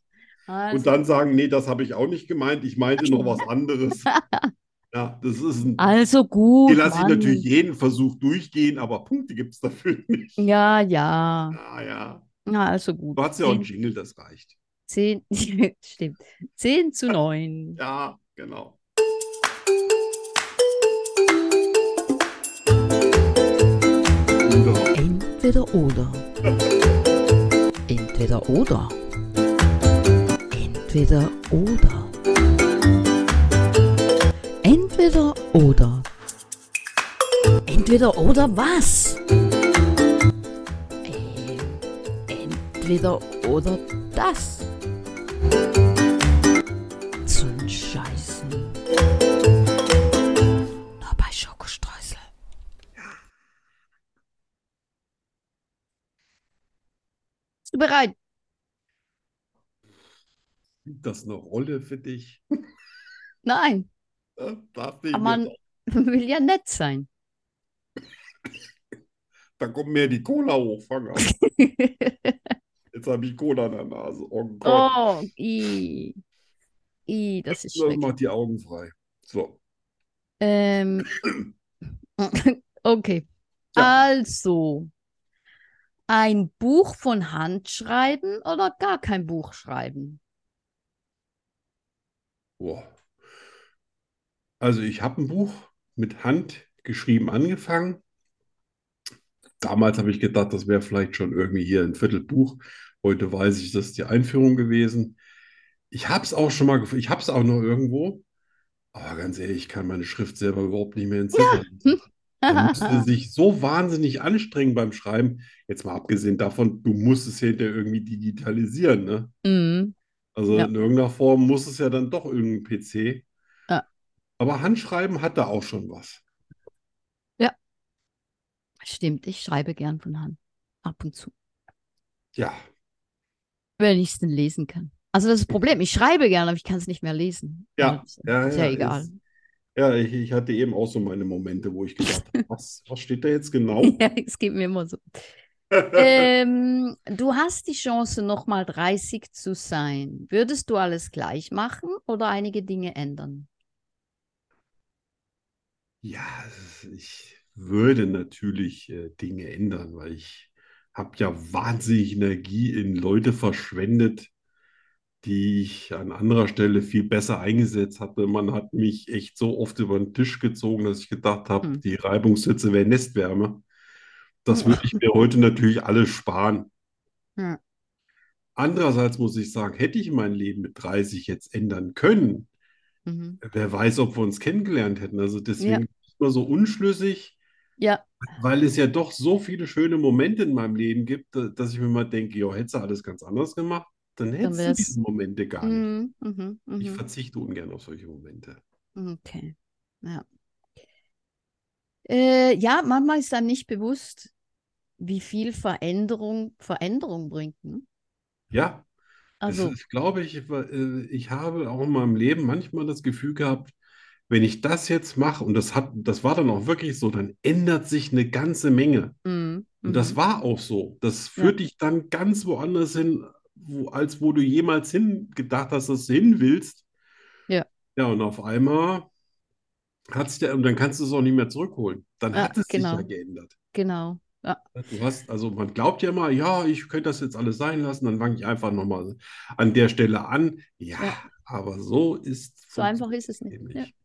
Und Also, dann sagen, nee, das habe ich auch nicht gemeint, ich meinte noch was anderes. Ja, das ist ein, also gut, Hier lasse ich Mann. natürlich jeden Versuch durchgehen, aber Punkte gibt es dafür nicht. Ja, ja. Ah ja. Na, also gut. Du hast ja auch einen Zehn, Jingle, das reicht. zehn, stimmt. 10 zu 9. Ja, genau. Wunderbar. Genau. Entweder oder. Entweder Entweder oder. Entweder oder. Entweder oder. Entweder oder was? Ähm, Entweder oder das. Zum Scheißen. Nur bei Schokostreusel. Bist du bereit? Spielt das eine Rolle für dich? Nein, Darf ich Aber mir man- doch- will ja nett sein. Da kommt mir die Cola hoch. Fang an. Jetzt habe ich Cola an der Nase. Oh Gott. oh, i, i, das ist das schrecklich. macht die Augen frei. So. Ähm, okay. Ja. Also, ein Buch von Hand schreiben oder gar kein Buch schreiben? Boah. Also ich habe ein Buch mit Hand geschrieben angefangen. Damals habe ich gedacht, das wäre vielleicht schon irgendwie hier ein Viertelbuch. Heute weiß ich, das ist die Einführung gewesen. Ich habe es auch schon mal, gef- ich habe es auch noch irgendwo. Aber ganz ehrlich, ich kann meine Schrift selber überhaupt nicht mehr entziffern. Man musste sich so wahnsinnig anstrengen beim Schreiben. Jetzt mal abgesehen davon, du musst es hinterher irgendwie digitalisieren, ne? Mhm. Also Ja. in irgendeiner Form muss es ja dann doch irgendein PC. Ja. Aber Handschreiben hat da auch schon was. Stimmt, ich schreibe gern von Hand. Ab und zu. Ja, Wenn ich es denn lesen kann. Also das ist das Problem. Ich schreibe gern, aber ich kann es nicht mehr lesen. ja, Also, ja, ist ja ja, egal. ist- ja, ich, ich hatte eben auch so meine Momente, wo ich gedacht habe, was, was steht da jetzt genau? Ja, es geht mir immer so. ähm, du hast die Chance, nochmal 30 zu sein. Würdest du alles gleich machen oder einige Dinge ändern? Ja, es ist- ich würde natürlich äh, Dinge ändern, weil ich habe ja wahnsinnig Energie in Leute verschwendet, die ich an anderer Stelle viel besser eingesetzt hatte. Man hat mich echt so oft über den Tisch gezogen, dass ich gedacht habe, Hm. die Reibungshitze wäre Nestwärme. Das Ja. würde ich mir heute natürlich alles sparen. Ja. Andererseits muss ich sagen, hätte ich mein Leben mit 30 jetzt ändern können, Mhm. wer weiß, ob wir uns kennengelernt hätten. Also deswegen bin ich immer so unschlüssig. Ja, Weil es ja doch so viele schöne Momente in meinem Leben gibt, da- dass ich mir mal denke, jo, hättest du alles ganz anders gemacht, dann hättest du wär's- diese Momente gar nicht. Mhm, mhm, Ich mhm. verzichte ungern auf solche Momente. Okay, ja. Äh, ja, manchmal ist einem nicht bewusst, wie viel Veränderung Veränderung bringt. Ne? Ja, Also, es ist, glaube ich, äh, ich habe auch in meinem Leben manchmal das Gefühl gehabt, wenn ich das jetzt mache, und das hat, das war dann auch wirklich so, dann ändert sich eine ganze Menge. mhm, Und das mhm. war auch so. Das Ja. führt dich dann ganz woanders hin, wo, als wo du jemals hingedacht hast, dass du hin willst. Ja. Ja, und auf einmal hat's ja, und dann kannst du es auch nicht mehr zurückholen. Dann Ja, hat es sich ja genau. geändert. genau. Ja, Du hast, also man glaubt ja immer, ja, ich könnte das jetzt alles sein lassen, dann fange ich einfach nochmal an der Stelle an. Ja, Ja. aber so ist so einfach ist es nicht. funktioniert Ja. nicht.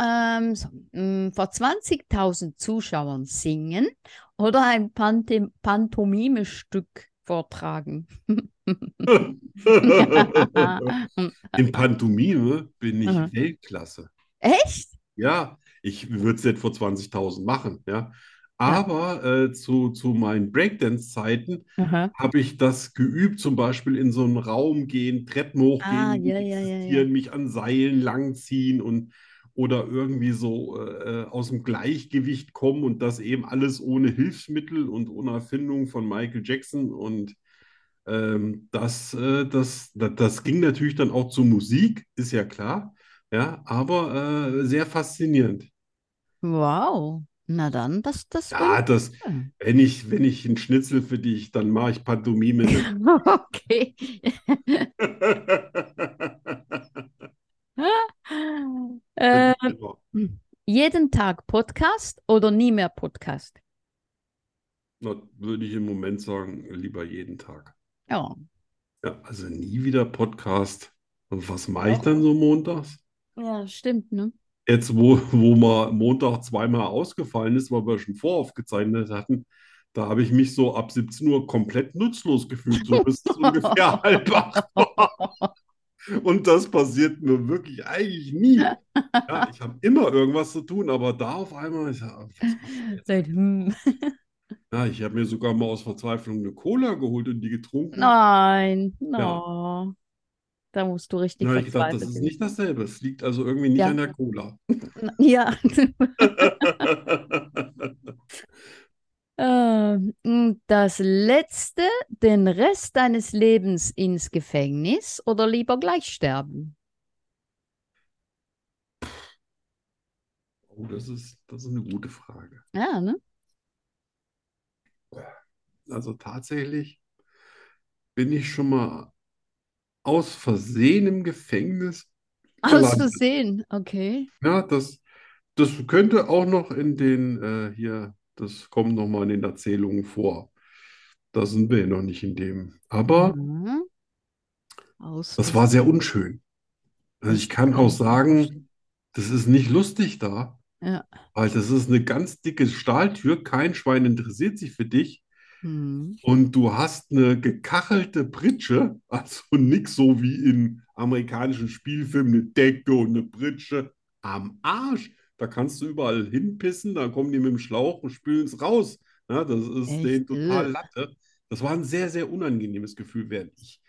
Ähm, so, mm, vor 20.000 Zuschauern singen oder ein Pantem- Pantomime-Stück vortragen. In Pantomime bin ich Mhm. Weltklasse. Echt? Ja, ich würde es nicht vor 20.000 machen, ja. Aber äh, zu, zu meinen Breakdance-Zeiten Aha. habe ich das geübt, zum Beispiel in so einen Raum gehen, Treppen hochgehen, Ah, die ja, nicht ja, ja, ja. existieren, mich an Seilen langziehen und oder irgendwie so äh, aus dem Gleichgewicht kommen und das eben alles ohne Hilfsmittel und ohne Erfindung von Michael Jackson und ähm, das, äh, das, das, das ging natürlich dann auch zu Musik, ist ja klar, ja, aber äh, sehr faszinierend. Wow. Na dann, das, das Ja, bringt. das, wenn ich, wenn ich einen Schnitzel für dich, dann mache ich Pantomime. Okay. Äh, jeden Tag Podcast oder nie mehr Podcast? Na, würde ich im Moment sagen, lieber jeden Tag. Ja. Ja, also nie wieder Podcast. Und was mache ich dann so montags? Ja, stimmt, ne? Jetzt, wo, wo mal Montag zweimal ausgefallen ist, weil wir schon voraufgezeichnet hatten, Da habe ich mich so ab 17 Uhr komplett nutzlos gefühlt, so bis ungefähr halb acht. Und das passiert mir wirklich eigentlich nie. Ja, ich habe immer irgendwas zu tun, aber da auf einmal, ich, sag, was Seit, hm. Ja, ich habe mir sogar mal aus Verzweiflung eine Cola geholt und die getrunken. Nein, no. Da musst du richtig Dann habe ich gedacht, das verzweifelt ist sein. nicht dasselbe. Es liegt also irgendwie nicht Ja. an der Cola. Ja. Ähm, und das letzte, den Rest deines Lebens ins Gefängnis oder lieber gleich sterben? oh, das ist, das ist eine gute Frage. Ja, ne? Also tatsächlich bin ich schon mal aus Versehen im Gefängnis Aus gelandet. Versehen, okay. Ja, das, das könnte auch noch in den, äh, hier, das kommt noch mal in den Erzählungen vor. Da sind wir ja noch nicht in dem. Aber Mhm. Aus das war sehr unschön. Also ich kann auch sagen, das ist nicht lustig da, Ja. weil das ist eine ganz dicke Stahltür, kein Schwein interessiert sich für dich. Versehen. Und du hast eine gekachelte Pritsche, also nix so wie in amerikanischen Spielfilmen, eine Decke und eine Pritsche am Arsch. Da kannst du überall hinpissen, da kommen die mit dem Schlauch und spülen es raus. Ja, das ist Echt? Äh. denen total Ugh. Latte. Das war ein sehr, sehr unangenehmes Gefühl, während ich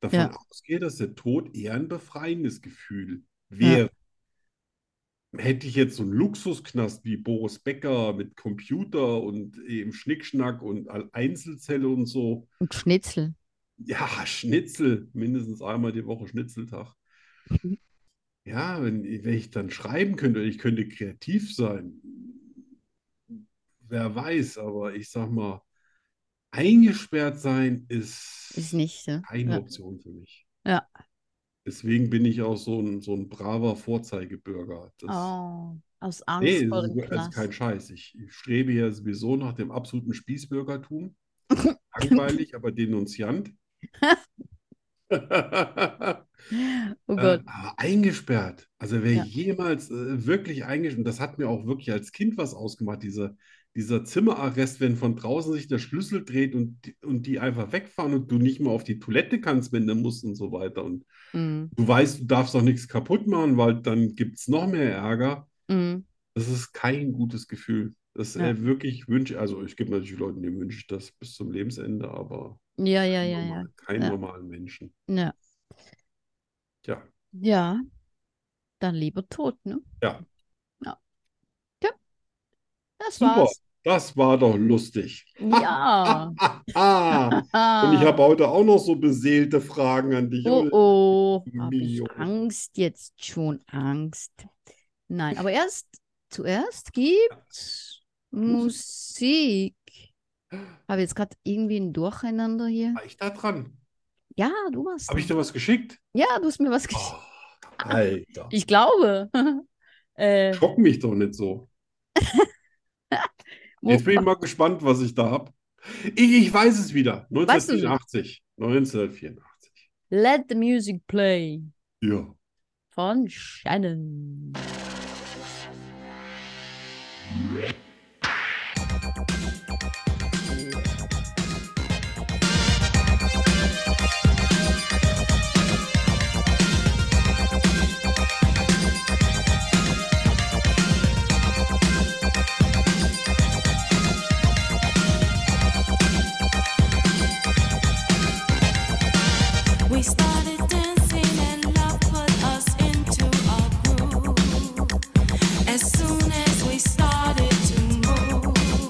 davon Ja. ausgehe, dass der Tod eher ein befreiendes Gefühl Ja. wäre. Hätte ich jetzt so einen Luxusknast wie Boris Becker mit Computer und eben Schnickschnack und Einzelzelle und so, Und Schnitzel. ja, Schnitzel, mindestens einmal die Woche Schnitzeltag. Mhm. Ja, wenn, wenn ich dann schreiben könnte, ich könnte kreativ sein. Wer weiß, aber ich sag mal, eingesperrt sein Ist ist nicht, ne? keine Ja. Option für mich. Ja. Deswegen bin ich auch so ein, so ein braver Vorzeigebürger. Das, Oh, aus nee, Angst vor das dem ist, das ist kein Knast. Scheiß. Ich, ich strebe ja sowieso nach dem absoluten Spießbürgertum. Langweilig, aber denunziant. Oh Äh, Gott. aber eingesperrt. Also wer Ja. jemals äh, wirklich eingesperrt, und das hat mir auch wirklich als Kind was ausgemacht, diese, dieser Zimmerarrest, wenn von draußen sich der Schlüssel dreht und, die- und die einfach wegfahren und du nicht mal auf die Toilette kannst, wenn du musst und so weiter. Und Mhm. du weißt, du darfst auch nichts kaputt machen, weil dann gibt es noch mehr Ärger. Mhm. Das ist kein gutes Gefühl. Das Ja. äh, wirklich wünsche, also es gibt natürlich Leute, denen wünsche ich das bis zum Lebensende, aber Ja, ja, ja, ja. normal, kein Ja. normalen Menschen. Ja. Tja, Ja, dann lieber tot, ne? ja, Ja. Ja, das super. war's. Das war doch lustig. Ja. Ah, und ich habe heute auch noch so beseelte Fragen an dich, Oh oder? oh, habe ich Mio. Angst jetzt schon Angst. Nein, aber erst zuerst gibt's Musik. Habe jetzt gerade irgendwie ein Durcheinander hier. War ich da dran? Ja, du warst Habe ich dran. dir was geschickt? Ja, du hast mir was geschickt. Oh, Alter, Ich glaube. Äh, schock mich doch nicht so. wo- Jetzt bin ich mal gespannt, was ich da habe. Ich, ich weiß es wieder. Weißt du es? 1984. 1984. Let the music play Ja. von Shannon. We started dancing and love put us into a groove. As soon as we started to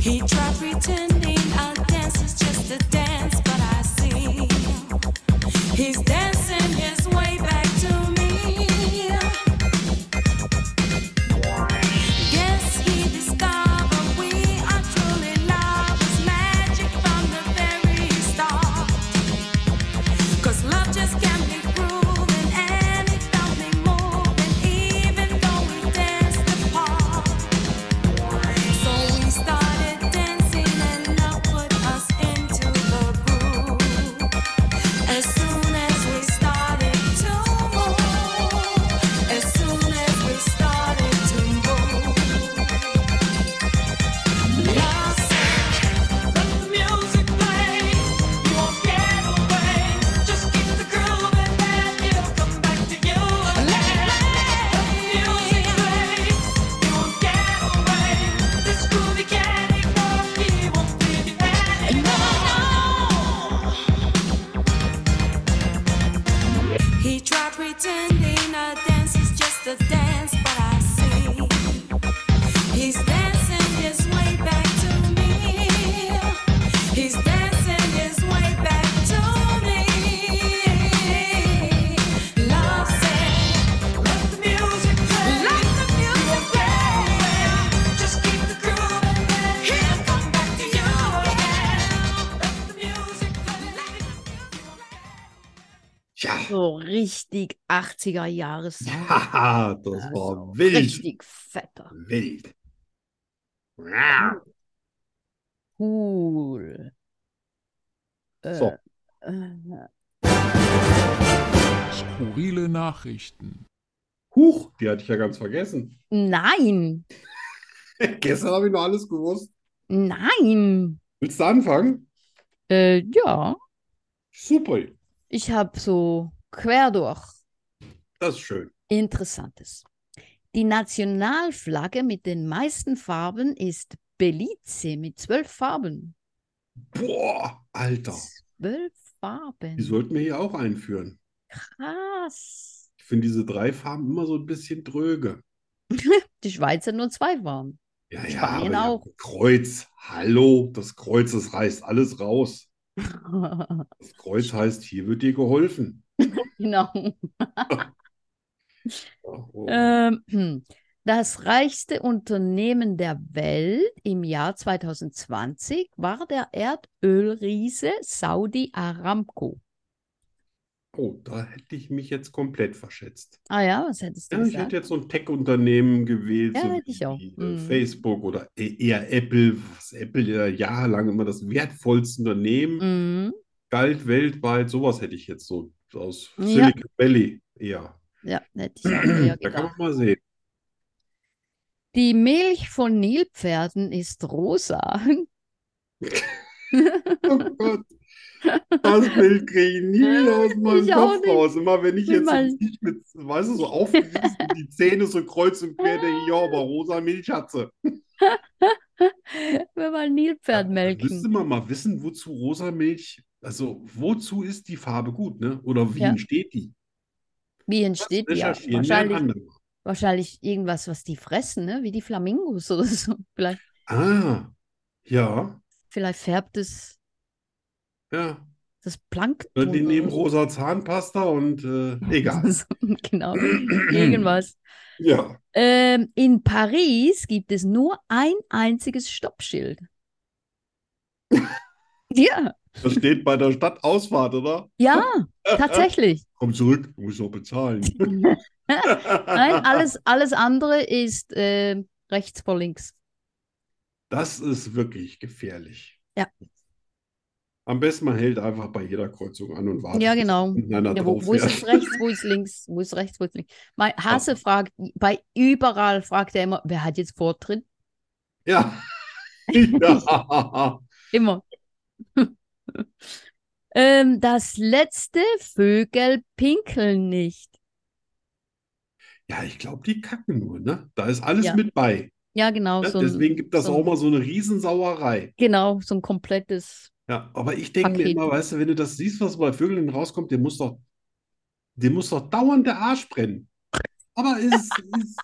He tried pretending our dance is just a dance, but I see he's dancing his way back to me. Yes, he discovered we are truly lovers, magic from the very start. 'Cause love just can't be proven, and it don't be moving, even though we danced apart. So we started dancing, and love put us into the groove. As soon as we started to move, as soon as we started to move, love let the music play. You won't get away. Just keep the groove and it'll come back to you. Let the music play. You won't get away. This groove you can't ignore. He won't leave you anymore. He tried pretending a dance is just a dance, but I see he's dancing his way back to me. He's dancing his way back to me. Love said, let the music play. Let the music play. Just keep the groove and he'll come back to you again. Let the music play. Let the music play. Tja, So richtig 80er Jahre Sound. haha, das Also, war wild. Richtig fetter. Wild. Ja. Cool. Äh, So. äh, Skurrile Nachrichten. Huch, die hatte ich ja ganz vergessen. nein, Gestern habe ich noch alles gewusst. nein. Willst du anfangen? Äh, ja, Super, ich habe so quer durch das ist schön. Interessantes. Die Nationalflagge mit den meisten Farben ist Belize mit zwölf Farben. Boah, Alter, Zwölf die Farben. sollten wir hier auch einführen. Krass. Ich finde diese drei Farben immer so ein bisschen dröge. Die Schweizer nur zwei Farben. Ja, ja, aber Spanien ja, auch. Kreuz, hallo, das Kreuz, das reißt alles raus. Das Kreuz heißt, hier wird dir geholfen. Genau. Oh, oh. Ähm, hm. das reichste Unternehmen der Welt im Jahr 2020 war der Erdölriese Saudi Aramco. Oh, da hätte ich mich jetzt komplett verschätzt. Ah ja, was hättest du Ja, ich gesagt? hätte jetzt so ein Tech-Unternehmen gewählt, Ja, so hätte ich auch. wie, äh, Mhm. Facebook oder e- eher Apple, was Apple ja jahrelang immer das wertvollste Unternehmen Mhm. galt weltweit. Sowas hätte ich jetzt so aus Ja. Silicon Valley eher. Ja, genau. hätte ich auch eher Da kann gedacht. man mal sehen. Die Milch von Nilpferden ist rosa. Oh Gott, das Bild kriege ich nie aus meinem Ich auch Kopf nicht. raus. Immer wenn ich Bin jetzt so mal- nicht mit, weißt du, so aufgerissen, die Zähne so kreuz und quer, denke ich, ja, aber rosa Milch hat sie. Wenn man Nilpferd Dann müsste melken. man mal wissen, wozu rosa Milch, also wozu ist die Farbe gut, ne? Oder wie Ja. entsteht die? Wie entsteht die? Ja, Recherchieren wir ein wahrscheinlich, andermal. wahrscheinlich irgendwas, was die fressen, ne? Wie die Flamingos oder so. Vielleicht, Ah, ja, vielleicht färbt es ja. das Plankton. Oder die oder nehmen so. rosa Zahnpasta und äh, egal. So, genau. Irgendwas. Ja, Ähm, in Paris gibt es nur ein einziges Stoppschild. Ja, das steht bei der Stadtausfahrt, oder? ja, tatsächlich. Komm zurück, du musst noch bezahlen. Ah, Nein, alles, alles andere ist ähm, rechts vor links. Das ist wirklich gefährlich. Ja. Am besten man hält einfach bei jeder Kreuzung an und wartet, Ja, bis genau. hinten einer Ja, wo, drauf wo ist fährt. es rechts, wo ist links, wo ist rechts, wo ist links. Mein Hase fragt, bei überall fragt er immer, wer hat jetzt Vortritt? Ja. ja. Immer. ähm, das letzte Vögel pinkeln nicht. Ja, ich glaube, die kacken nur, ne? Da ist alles Ja. mit bei. Ja, genau, Ne? so ein, Deswegen gibt das so auch ein- mal so eine Riesensauerei. genau, so ein komplettes. Ja, aber ich denke mir Paket. immer, weißt du, wenn du das siehst, was bei Vögeln rauskommt, dir muss doch, dir muss doch dauernd der Arsch brennen. Aber es ist,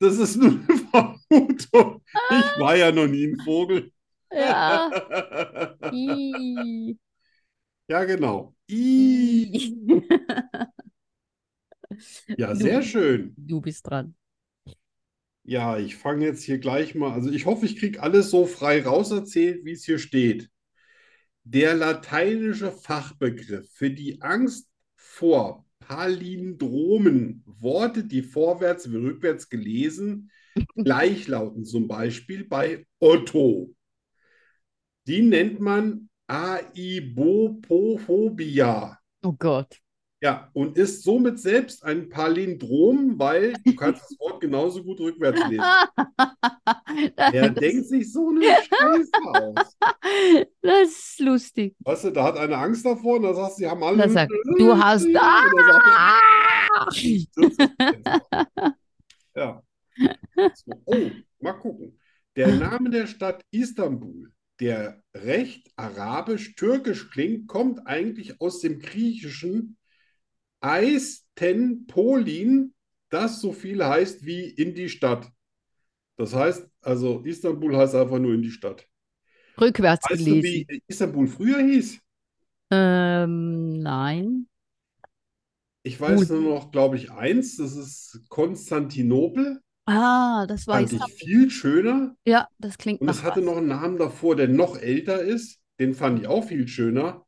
das ist nur eine Vermutung. Ich war ja noch nie ein Vogel. Ja. Ih. ja, genau. I. Ja, sehr schön. Du bist dran. Ja, ich fange jetzt hier gleich mal. Also ich hoffe, ich kriege alles so frei rauserzählt, wie es hier steht. Der lateinische Fachbegriff für die Angst vor Palindromen, Worte, die vorwärts wie rückwärts gelesen gleichlauten, zum Beispiel bei Otto. Die nennt man Aibopophobia. Oh Gott. Ja, und ist somit selbst ein Palindrom, weil du kannst das Wort genauso gut rückwärts lesen. Wer denkt sich so eine Scheiße aus? Das ist lustig. Weißt du, da hat einer Angst davor und da sagst du, die haben alle. Da sagt, du hast- Und dann sagt er, stürzt das Fenster auf. Ja. So, oh, mal gucken. Der Name der Stadt Istanbul, der recht arabisch-türkisch klingt, kommt eigentlich aus dem griechischen Eistenpolin, das so viel heißt wie in die Stadt. Das heißt, also Istanbul heißt einfach nur in die Stadt. Rückwärts Weißt du, gelesen. wie Istanbul früher hieß? Ähm, nein. Ich weiß nur noch, glaube ich, eins, das ist Konstantinopel. Ah, das war Fand ich Istanbul. viel schöner. Ja, das klingt Und nach es hatte was. noch einen Namen davor, der noch älter ist. Den fand ich auch viel schöner.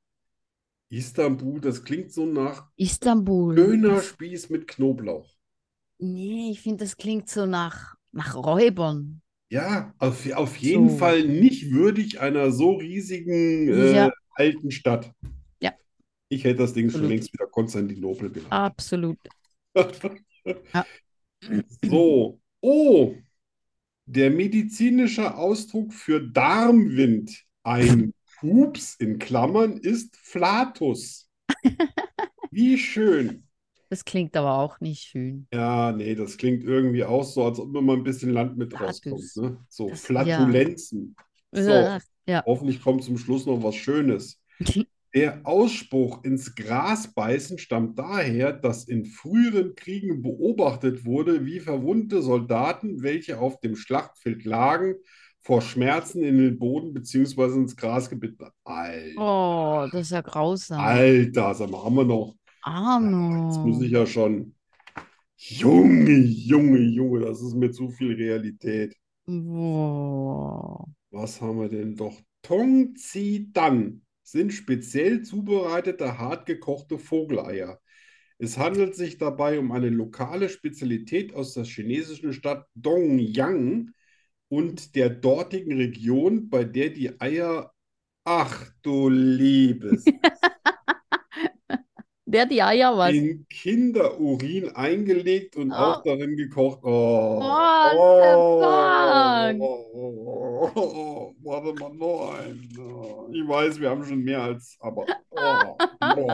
Istanbul, das klingt so nach Istanbul. Dönerspieß mit Knoblauch. Nee, ich finde, das klingt so nach, nach Räubern. Ja, auf, auf jeden So. Fall nicht würdig einer so riesigen äh, Ja. alten Stadt. Ja. Ich hätte das Ding schon Absolut. längst wieder Konstantinopel genannt. Absolut. So. Oh, der medizinische Ausdruck für Darmwind, ein Pups in Klammern, ist Flatus. Wie schön. Das klingt aber auch nicht schön. Ja, nee, das klingt irgendwie auch so, als ob immer ein bisschen Land mit Flatus. rauskommt, ne? So Das- Flatulenzen. So. Ach, Ja. Hoffentlich kommt zum Schluss noch was Schönes. Der Ausspruch ins Gras beißen stammt daher, dass in früheren Kriegen beobachtet wurde, wie verwundete Soldaten, welche auf dem Schlachtfeld lagen, vor Schmerzen in den Boden bzw. ins Gras gebitten haben. Alter, Oh, das ist ja grausam. Alter, sag mal, haben wir noch. Oh Arno. Jetzt muss ich ja schon. Junge, Junge, Junge, das ist mir zu viel Realität. Boah. Was haben wir denn doch? Tong Tzi Dan sind speziell zubereitete, hartgekochte Vogeleier. Es handelt sich dabei um eine lokale Spezialität aus der chinesischen Stadt Dongyang und der dortigen Region, bei der die Eier. Ach du liebes Der die Eier was? in Kinderurin eingelegt und auch Oh. darin gekocht. Oh, What the fuck? oh, oh, oh, warte mal, nein. Oh, Ich weiß, wir haben schon mehr als, aber. Oh, oh.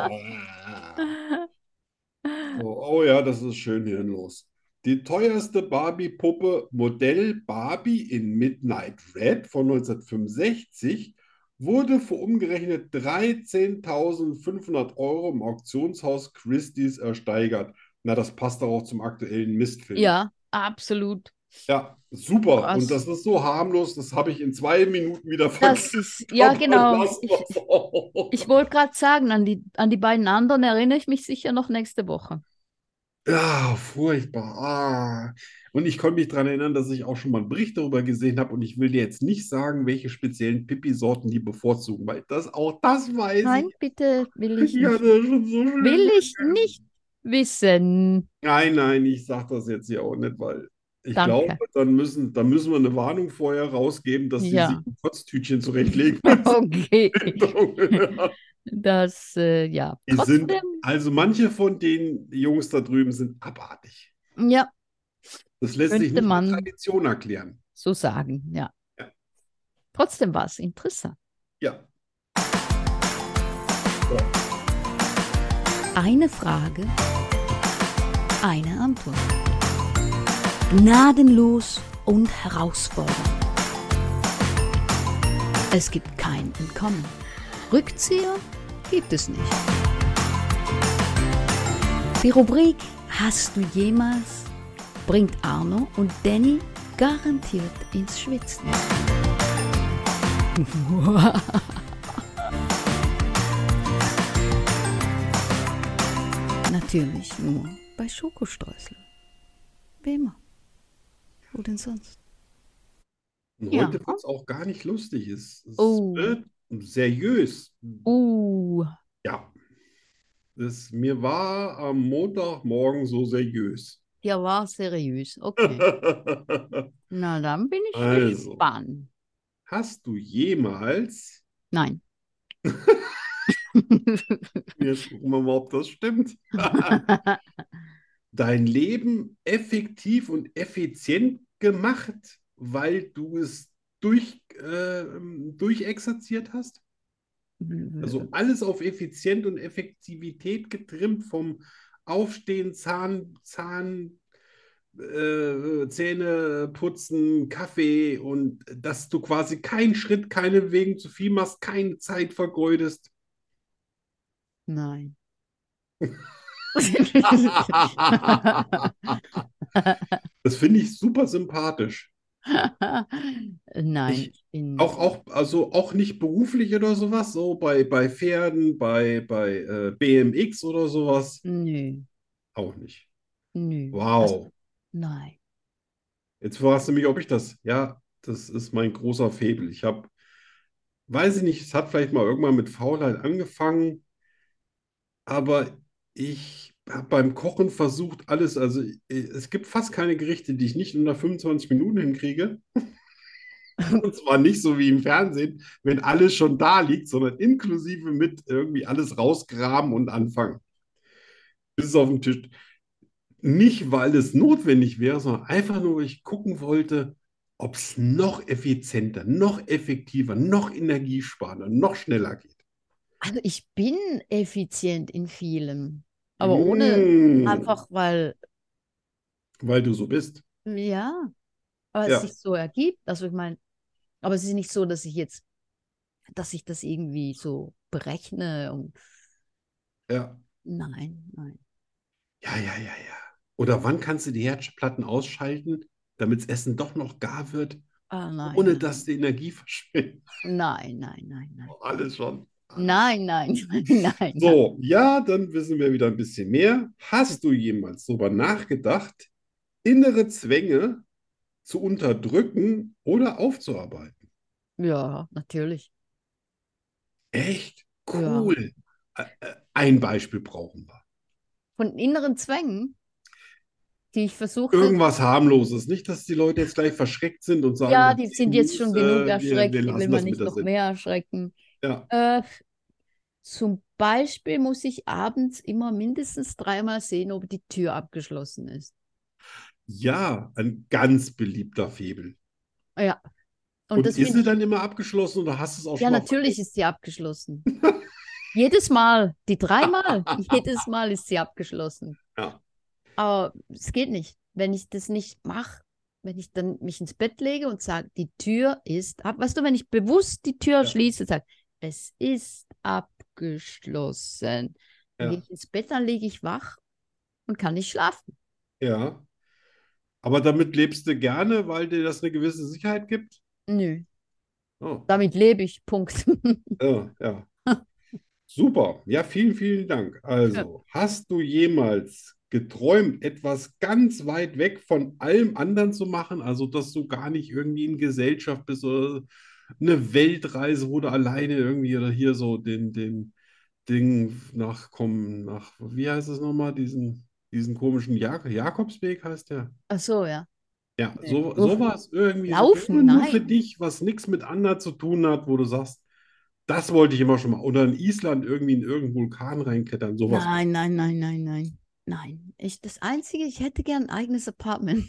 Oh, oh ja, das ist schön hirnlos. Die teuerste Barbie-Puppe, Modell Barbie in Midnight Red von 1965, wurde für umgerechnet 13.500 Euro im Auktionshaus Christie's ersteigert. Na, das passt doch auch zum aktuellen Mistfilm. Ja, absolut. Ja, super. Krass. Und das ist so harmlos, das habe ich in zwei Minuten wieder Das vergessen. ist, ja, Aber genau. lass Ich, das auch. ich wollte gerade sagen, an die, an die beiden anderen erinnere ich mich sicher noch nächste Woche. Ja, furchtbar. Ah. Und ich konnte mich daran erinnern, dass ich auch schon mal einen Bericht darüber gesehen habe. Und ich will dir jetzt nicht sagen, welche speziellen Pipi-Sorten die bevorzugen, weil das auch das weiß Nein, ich. bitte will ich Ich nicht. hatte schon so schön. Will ich nicht wissen. Nein, nein, ich sage das jetzt hier auch nicht, weil ich Danke. glaube, dann müssen, dann müssen wir eine Warnung vorher rausgeben, dass die Ja. sich ein Kotztütchen zurechtlegen. Okay. Die Das, äh, ja. sind, Trotzdem, also manche von den Jungs da drüben sind abartig. ja, Das lässt sich Könnte nicht mit man- Tradition erklären. so sagen, ja. Ja. Trotzdem war es interessant. Ja. Eine Frage, eine Antwort. Gnadenlos und herausfordernd. Es gibt kein Entkommen. Rückzieher gibt es nicht. Die Rubrik Hast du jemals bringt Arno und Danny garantiert ins Schwitzen. Natürlich nur bei Schokostreusel. Wie immer. Wo denn sonst? Und Ja. heute wird es auch gar nicht lustig. Es, es Oh. wird seriös. Uh, Ja. Das, mir war am Montagmorgen so seriös. ja, war seriös. Okay. Na, dann bin ich Also. gespannt. Hast du jemals, Nein. jetzt gucken wir mal, ob das stimmt, dein Leben effektiv und effizient gemacht, weil du es durch, äh, durchexerziert hast? Also alles auf Effizient und Effektivität getrimmt, vom Aufstehen, Zahn, Zahn, äh, Zähne putzen, Kaffee und dass du quasi keinen Schritt, keine Wegen zu viel machst, keine Zeit vergeudest. Nein. Das finde ich super sympathisch. Nein, Ich- ich bin Auch, auch, also auch nicht beruflich oder sowas, so bei, bei Pferden, bei, bei äh, BMX oder sowas. Nö, Auch nicht. nö. Also, Wow. nein. Jetzt fragst du mich, ob ich das. Ja, das ist mein großer Faible. Ich habe, weiß ich nicht, es hat vielleicht mal irgendwann mit Faulheit angefangen, aber ich habe beim Kochen versucht, alles. Also äh, es gibt fast keine Gerichte, die ich nicht unter 25 Minuten hinkriege. Und zwar nicht so wie im Fernsehen, wenn alles schon da liegt, sondern inklusive mit irgendwie alles rausgraben und anfangen. Bis es auf dem Tisch. Nicht, weil es notwendig wäre, sondern einfach nur, weil ich gucken wollte, ob es noch effizienter, noch effektiver, noch energiesparender, noch schneller geht. Also ich bin effizient in vielem, aber ohne Mm, einfach, weil, weil du so bist. ja, aber Ja. es sich so ergibt. Also ich meine, aber es ist nicht so, dass ich jetzt, dass ich das irgendwie so berechne und Ja, nein, nein. ja, ja, ja, ja. Oder wann kannst du die Herdplatten ausschalten, damit das Essen doch noch gar wird, Ah, nein, ohne nein. dass die Energie verschwindet? Nein, nein, nein, nein. Alles schon. Nein, nein, nein, nein. Oh, So, ja, dann wissen wir wieder ein bisschen mehr. Hast du jemals darüber nachgedacht, innere Zwänge zu unterdrücken oder aufzuarbeiten? Ja, natürlich. Echt Ja. cool. Ä- äh, Ein Beispiel brauchen wir. Von inneren Zwängen, die ich versuchte, Irgendwas harmloses. Nicht, dass die Leute jetzt gleich verschreckt sind und sagen, ja, oh, die sind jetzt schon äh, genug wir- erschreckt, wir die lassen will das man mit nicht der noch Sendung. mehr erschrecken. Ja. Äh, zum Beispiel muss ich abends immer mindestens dreimal sehen, ob die Tür abgeschlossen ist. Ja, ein ganz beliebter Faible. Und Und das ist bin sie ich, dann immer abgeschlossen oder hast du es auch ja, schon mal natürlich ist sie abgeschlossen. Jedes Mal, die dreimal, jedes Mal ist sie abgeschlossen. Ja. Aber es geht nicht. Wenn ich das nicht mache, wenn ich dann mich ins Bett lege und sage, die Tür ist ab, weißt du, wenn ich bewusst die Tür Ja. schließe, sage, es ist abgeschlossen. Dann Ja. gehe ich ins Bett, dann liege ich wach und kann nicht schlafen. Ja. Aber damit lebst du gerne, weil dir das eine gewisse Sicherheit gibt? Nö, Oh, damit lebe ich. Punkt. ja, ja. Super. Ja, vielen, vielen Dank. Also, hast du jemals geträumt, etwas ganz weit weg von allem anderen zu machen? Also, dass du gar nicht irgendwie in Gesellschaft bist oder eine Weltreise, wo du alleine irgendwie oder hier so den, den Ding nachkommen, nach, wie heißt es nochmal, diesen, diesen komischen Jak Jakobsweg heißt der? Ach so, ja. Ja, Nee. so, Laufen. sowas irgendwie so Äh, Laufen, immer nur für nein. dich, was nichts mit anderen zu tun hat, wo du sagst, das wollte ich immer schon mal. Oder in Island irgendwie in irgendeinen Vulkan reinklettern, sowas. Nein, nein, nein, nein, nein. Nein. Ich, das Einzige, ich hätte gern ein eigenes Apartment.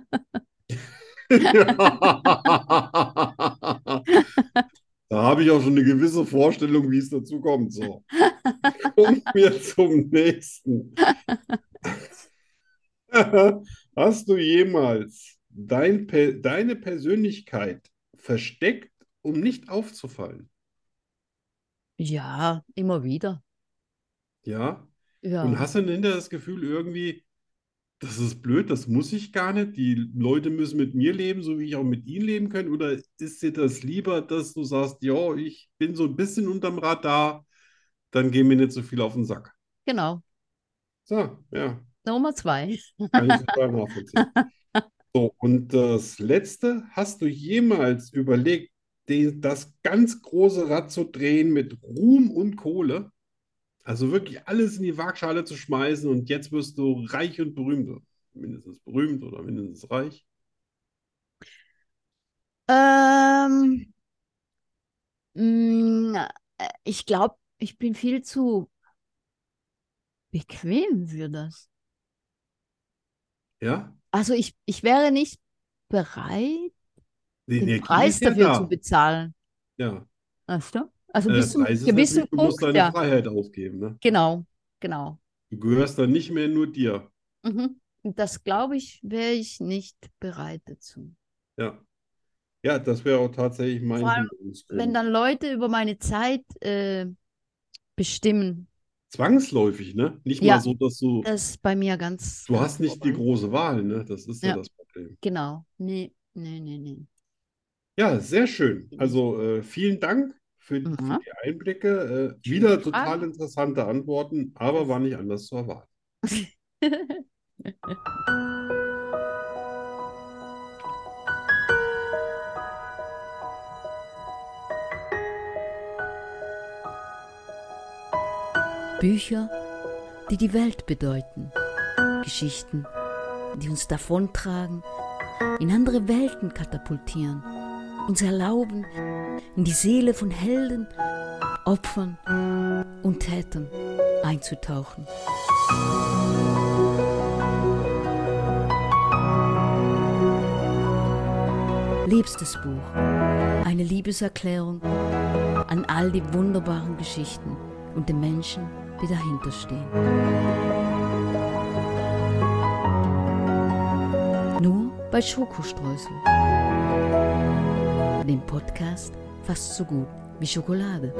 Da habe ich auch schon eine gewisse Vorstellung, wie es dazu kommt. So. Kommen wir zum nächsten. Hast du jemals dein, Pe- deine Persönlichkeit versteckt, um nicht aufzufallen? Ja, immer wieder. Ja? Ja. Und hast du denn hinterher das Gefühl, irgendwie, das ist blöd, das muss ich gar nicht. Die Leute müssen mit mir leben, so wie ich auch mit ihnen leben kann. Oder ist dir das lieber, dass du sagst, ja, ich bin so ein bisschen unterm Radar, dann geh mir nicht so viel auf den Sack. Genau. So, ja, Nummer zwei. kann ich total nachvollziehen. So, und das Letzte, hast du jemals überlegt, den, das ganz große Rad zu drehen mit Ruhm und Kohle? Also wirklich alles in die Waagschale zu schmeißen und jetzt wirst du reich und berühmt. oder Mindestens berühmt oder mindestens reich. Ähm, mh, äh, ich glaube, ich bin viel zu bequem für das. Ja? Also ich, ich wäre nicht bereit, Die den Energie Preis ist ja dafür da. zu bezahlen. Ja. Weißt du? Also Äh, bis zum Preis ist gewissen natürlich, du musst Punkt, deine ja. Freiheit aufgeben, ne? Genau, genau. Du gehörst dann nicht mehr nur dir. Mhm. Und das glaube ich, wäre ich nicht bereit dazu. Ja. Ja, das wäre auch tatsächlich mein Vor allem, Wenn Hinderungsgrund. dann Leute über meine Zeit äh, bestimmen, Zwangsläufig, ne? Nicht Ja. Äh, mal so, dass du. das ist bei mir ganz, Du ganz hast nicht die vorbei. große Wahl, ne? Das ist ja Ja. das Problem. Genau. Nee, nee, nee, nee. Ja, sehr schön. Also äh, vielen Dank für, Mhm. für die Einblicke. Äh, wieder Fragen. total interessante Antworten, aber war nicht anders zu erwarten. Bücher, die die Welt bedeuten. Geschichten, die uns davontragen, in andere Welten katapultieren, uns erlauben, in die Seele von Helden, Opfern und Tätern einzutauchen. Liebstes Buch. Eine Liebeserklärung an all die wunderbaren Geschichten und den Menschen, die dahinter stehen. Nur bei Schokostreusel. Dem Podcast fast so gut wie Schokolade.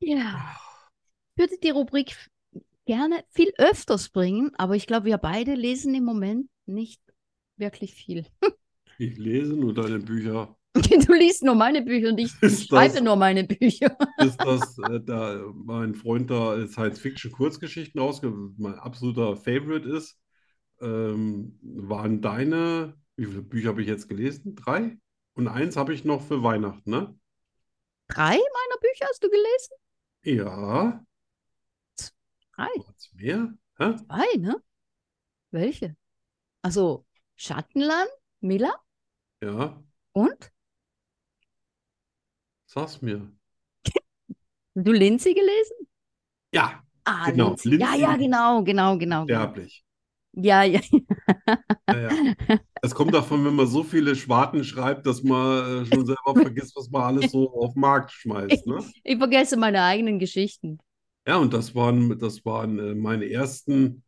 Ja. Ich würde die Rubrik f- gerne viel öfters bringen, aber ich glaube, wir beide lesen im Moment nicht wirklich viel. Ich lese nur deine Bücher. Du liest nur meine Bücher und ich Ist das, schreibe nur meine Bücher. ist das äh, da mein Freund da Science-Fiction-Kurzgeschichten rausgegeben, mein absoluter Favorite ist? Ähm, waren deine, wie viele Bücher habe ich jetzt gelesen? Drei? Und eins habe ich noch für Weihnachten, ne? Drei meiner Bücher hast du gelesen? Ja, Drei, was mehr? Hä? zwei, ne? Welche? Also Schattenland, Miller Ja, und? sag's mir. Hast Du Lindsay gelesen? Ja, Ah, Genau, Lindsay. Ja, ja, Lindsay. genau, genau, genau, genau. sterblich. Ja, ja. Ja, ja. Das kommt davon, wenn man so viele Schwarten schreibt, dass man äh, schon selber vergisst, was man alles so auf den Markt schmeißt, ne? Ich vergesse meine eigenen Geschichten. Ja, und das waren, das waren äh, meine ersten,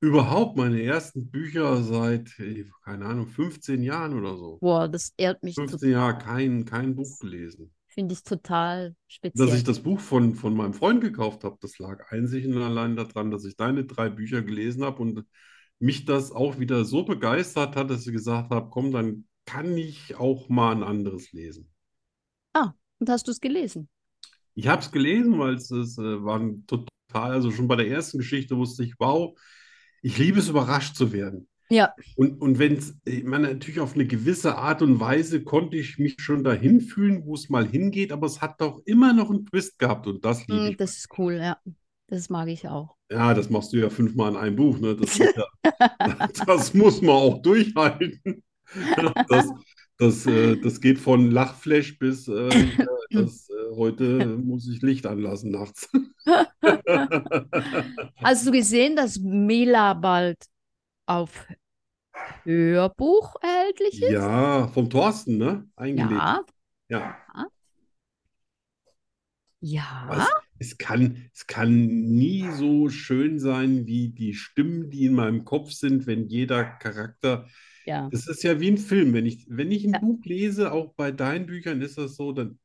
überhaupt meine ersten Bücher seit, äh, keine Ahnung, 15 Jahren oder so. Boah, das ehrt mich 15 Jahre total. kein, kein Buch gelesen. Finde ich total Dass speziell. ich das Buch von, von meinem Freund gekauft habe, das lag einzig und allein daran, dass ich deine drei Bücher gelesen habe und mich das auch wieder so begeistert hat, dass ich gesagt habe, komm, dann kann ich auch mal ein anderes lesen. Und hast du es gelesen? Ich habe es gelesen, weil es es, äh, war ein total, also schon bei der ersten Geschichte wusste ich, wow, ich liebe es, überrascht zu werden. Ja. Und, und wenn es, ich meine, natürlich auf eine gewisse Art und Weise konnte ich mich schon dahin fühlen, wo es mal hingeht, aber es hat doch immer noch einen Twist gehabt und das liebe Mm, ich. Das ist cool, ja. Das mag ich auch. Ja, das machst du ja fünfmal in einem Buch, ne? Das ist ja, das muss man auch durchhalten. Das, das, äh, das geht von Lachflash bis äh, das, äh, heute muss ich Licht anlassen nachts. Hast du gesehen, dass Mela bald auf Hörbuch erhältlich ist? Ja, vom Thorsten, ne? Eingelegt. Ja. Ja. Ja. Was? Es kann, es kann nie so schön sein wie die Stimmen, die in meinem Kopf sind, wenn jeder Charakter. Ja. Das ist ja wie ein Film. Wenn ich, wenn ich ein Ja. Buch lese, auch bei deinen Büchern ist das so, dann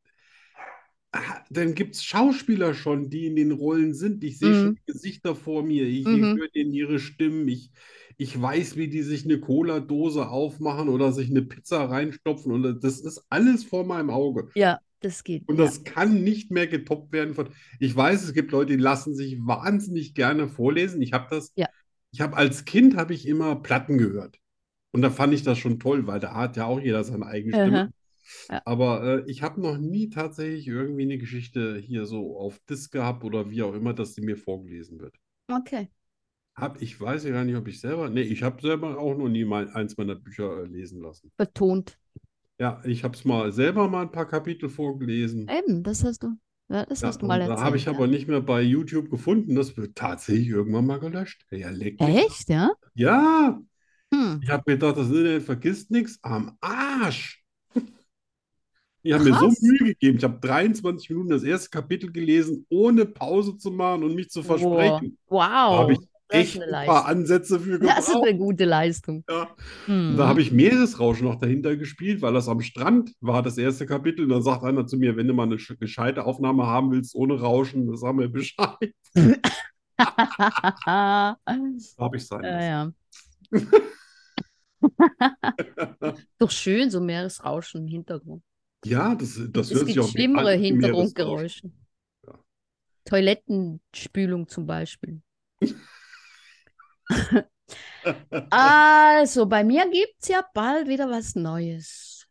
ah, dann gibt es Schauspieler schon, die in den Rollen sind. Ich sehe Mhm. schon die Gesichter vor mir, ich Mhm. höre denen ihre Stimmen, ich, ich weiß, wie die sich eine Cola-Dose aufmachen oder sich eine Pizza reinstopfen. Und das ist alles vor meinem Auge. Ja, das geht. Und ja. das kann nicht mehr getoppt werden von. Ich weiß, es gibt Leute, die lassen sich wahnsinnig gerne vorlesen. Ich habe das, Ja. ich habe als Kind habe ich immer Platten gehört. Und da fand ich das schon toll, weil da hat ja auch jeder seine eigene Aha. Stimme. Ja. Aber äh, ich habe noch nie tatsächlich irgendwie eine Geschichte hier so auf Disk gehabt oder wie auch immer, dass die mir vorgelesen wird. Okay. Hab, ich weiß ja gar nicht, ob ich selber. Nee, ich habe selber auch noch nie mal eins meiner Bücher äh, lesen lassen. Betont. Ja, ich habe es mal selber mal ein paar Kapitel vorgelesen. Eben, das hast du, ja, das Ja, hast du mal und erzählt. da habe ich aber nicht mehr bei YouTube gefunden. Das wird tatsächlich irgendwann mal gelöscht. Ja, leck ja. mich. Echt, ja? Ja, Hm. ich habe gedacht, das Internet vergisst nichts. Am Arsch. Ich habe mir so Krass. Mühe gegeben. Ich habe 23 Minuten das erste Kapitel gelesen, ohne Pause zu machen und mich zu versprechen. Da Wow. habe ich das echt ist eine ein paar Leistung. Ansätze für Das ist gebraucht. eine gute Leistung. Ja. Und Hm. Da habe ich Meeresrauschen noch dahinter gespielt, weil das am Strand war, das erste Kapitel. Und dann sagt einer zu mir, wenn du mal eine sch- gescheite Aufnahme haben willst, ohne Rauschen, dann sag mir Bescheid. ja, Da habe ich sein lassen. ja. Doch schön, so Meeresrauschen im Hintergrund. Ja, das, das Es hört sich gibt auch nicht schlimmere an wie Meeresrauschen. Hintergrundgeräusche. Ja. Toilettenspülung zum Beispiel. Also, bei mir gibt es ja bald wieder was Neues.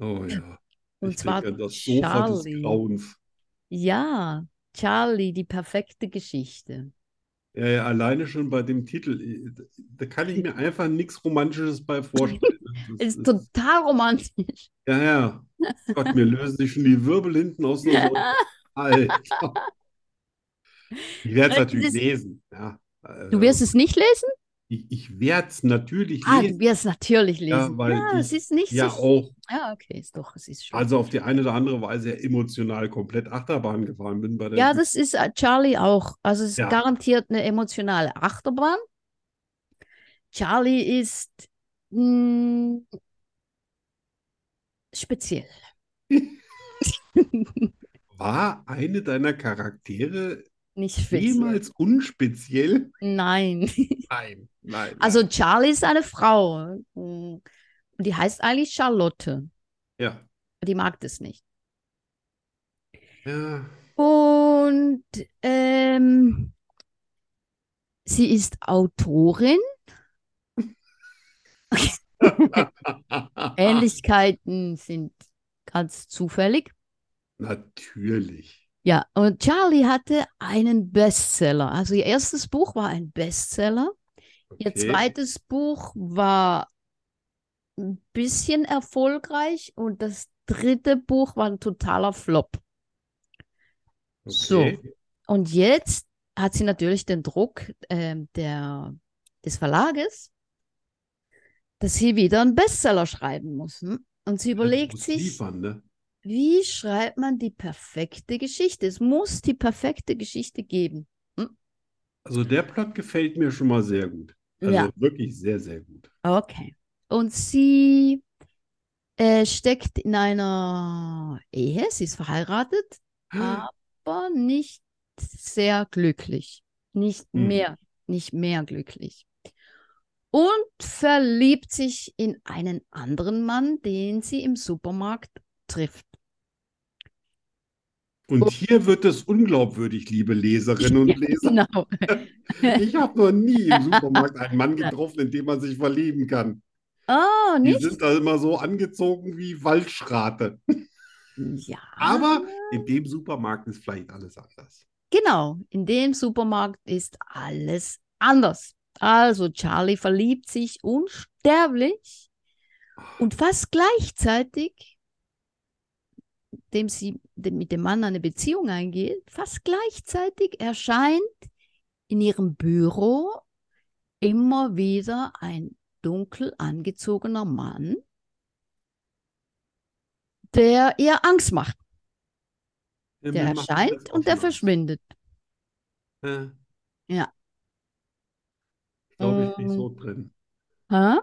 Oh ja. Und Ich krieg zwar ja das Sofa des Charlie. Grauens. Ja, Charlie, die perfekte Geschichte. Ja, ja, alleine schon bei dem Titel, äh, da kann ich mir einfach nichts Romantisches bei vorstellen. Das Ist total romantisch. ja, ja. Gott, mir lösen sich schon die Wirbel hinten aus der Sonne. Alter. Ich werde es Äh, Das natürlich ist- lesen. Ja, Äh, Du wirst es nicht lesen? ich, ich werde es natürlich Ah, du lesen. wirst natürlich Ja, lesen. weil Ja, es ich ist nicht ja oh. so. auch Ja, okay, ist doch, es ist schon. also auf die eine oder andere Weise ja emotional komplett Achterbahn gefahren bin bei der Ja, das ist äh, Charlie auch. Also es ist Ja. garantiert eine emotionale Achterbahn. Charlie ist mh, speziell. War eine deiner Charaktere Nicht speziell. jemals unspeziell? Nein. Nein, nein, nein. Also Charlie ist eine Frau. Mm. Und die heißt eigentlich Charlotte. ja. Die mag das nicht. Ja, Und ähm, sie ist Autorin. Ah. Ähnlichkeiten sind ganz zufällig. natürlich. Ja, und Charlie hatte einen Bestseller. Also ihr erstes Buch war ein Bestseller. Ihr Okay. zweites Buch war ein bisschen erfolgreich und das dritte Buch war ein totaler Flop. So. Okay. Und jetzt hat sie natürlich den Druck ähm, der, des Verlages, dass sie wieder einen Bestseller schreiben muss. hm? Und sie überlegt Muss sich, liefern, ne? wie schreibt man die perfekte Geschichte? Es muss die perfekte Geschichte geben. Also der Plot gefällt mir schon mal sehr gut. Also Ja, wirklich sehr, sehr gut. okay. Und sie äh, steckt in einer Ehe, sie ist verheiratet, Ah. aber nicht sehr glücklich. Nicht Hm. mehr, nicht mehr glücklich. Und verliebt sich in einen anderen Mann, den sie im Supermarkt trifft. Und hier wird es unglaubwürdig, liebe Leserinnen und Leser. Genau. Ich habe noch nie im Supermarkt einen Mann getroffen, in den man sich verlieben kann. Oh, Die nicht? sind da immer so angezogen wie Waldschrate. Ja. Aber Ah. in dem Supermarkt ist vielleicht alles anders. Genau, in dem Supermarkt ist alles anders. Also Charlie verliebt sich unsterblich und fast gleichzeitig, dem sie dem, mit dem Mann eine Beziehung eingeht, fast gleichzeitig erscheint in ihrem Büro immer wieder ein dunkel angezogener Mann, der ihr Angst macht. Der Äh, Mir macht das erscheint auch und der schon Angst. verschwindet. Ja. Ja. Oh. Ich glaube, ich bin so drin. Hä?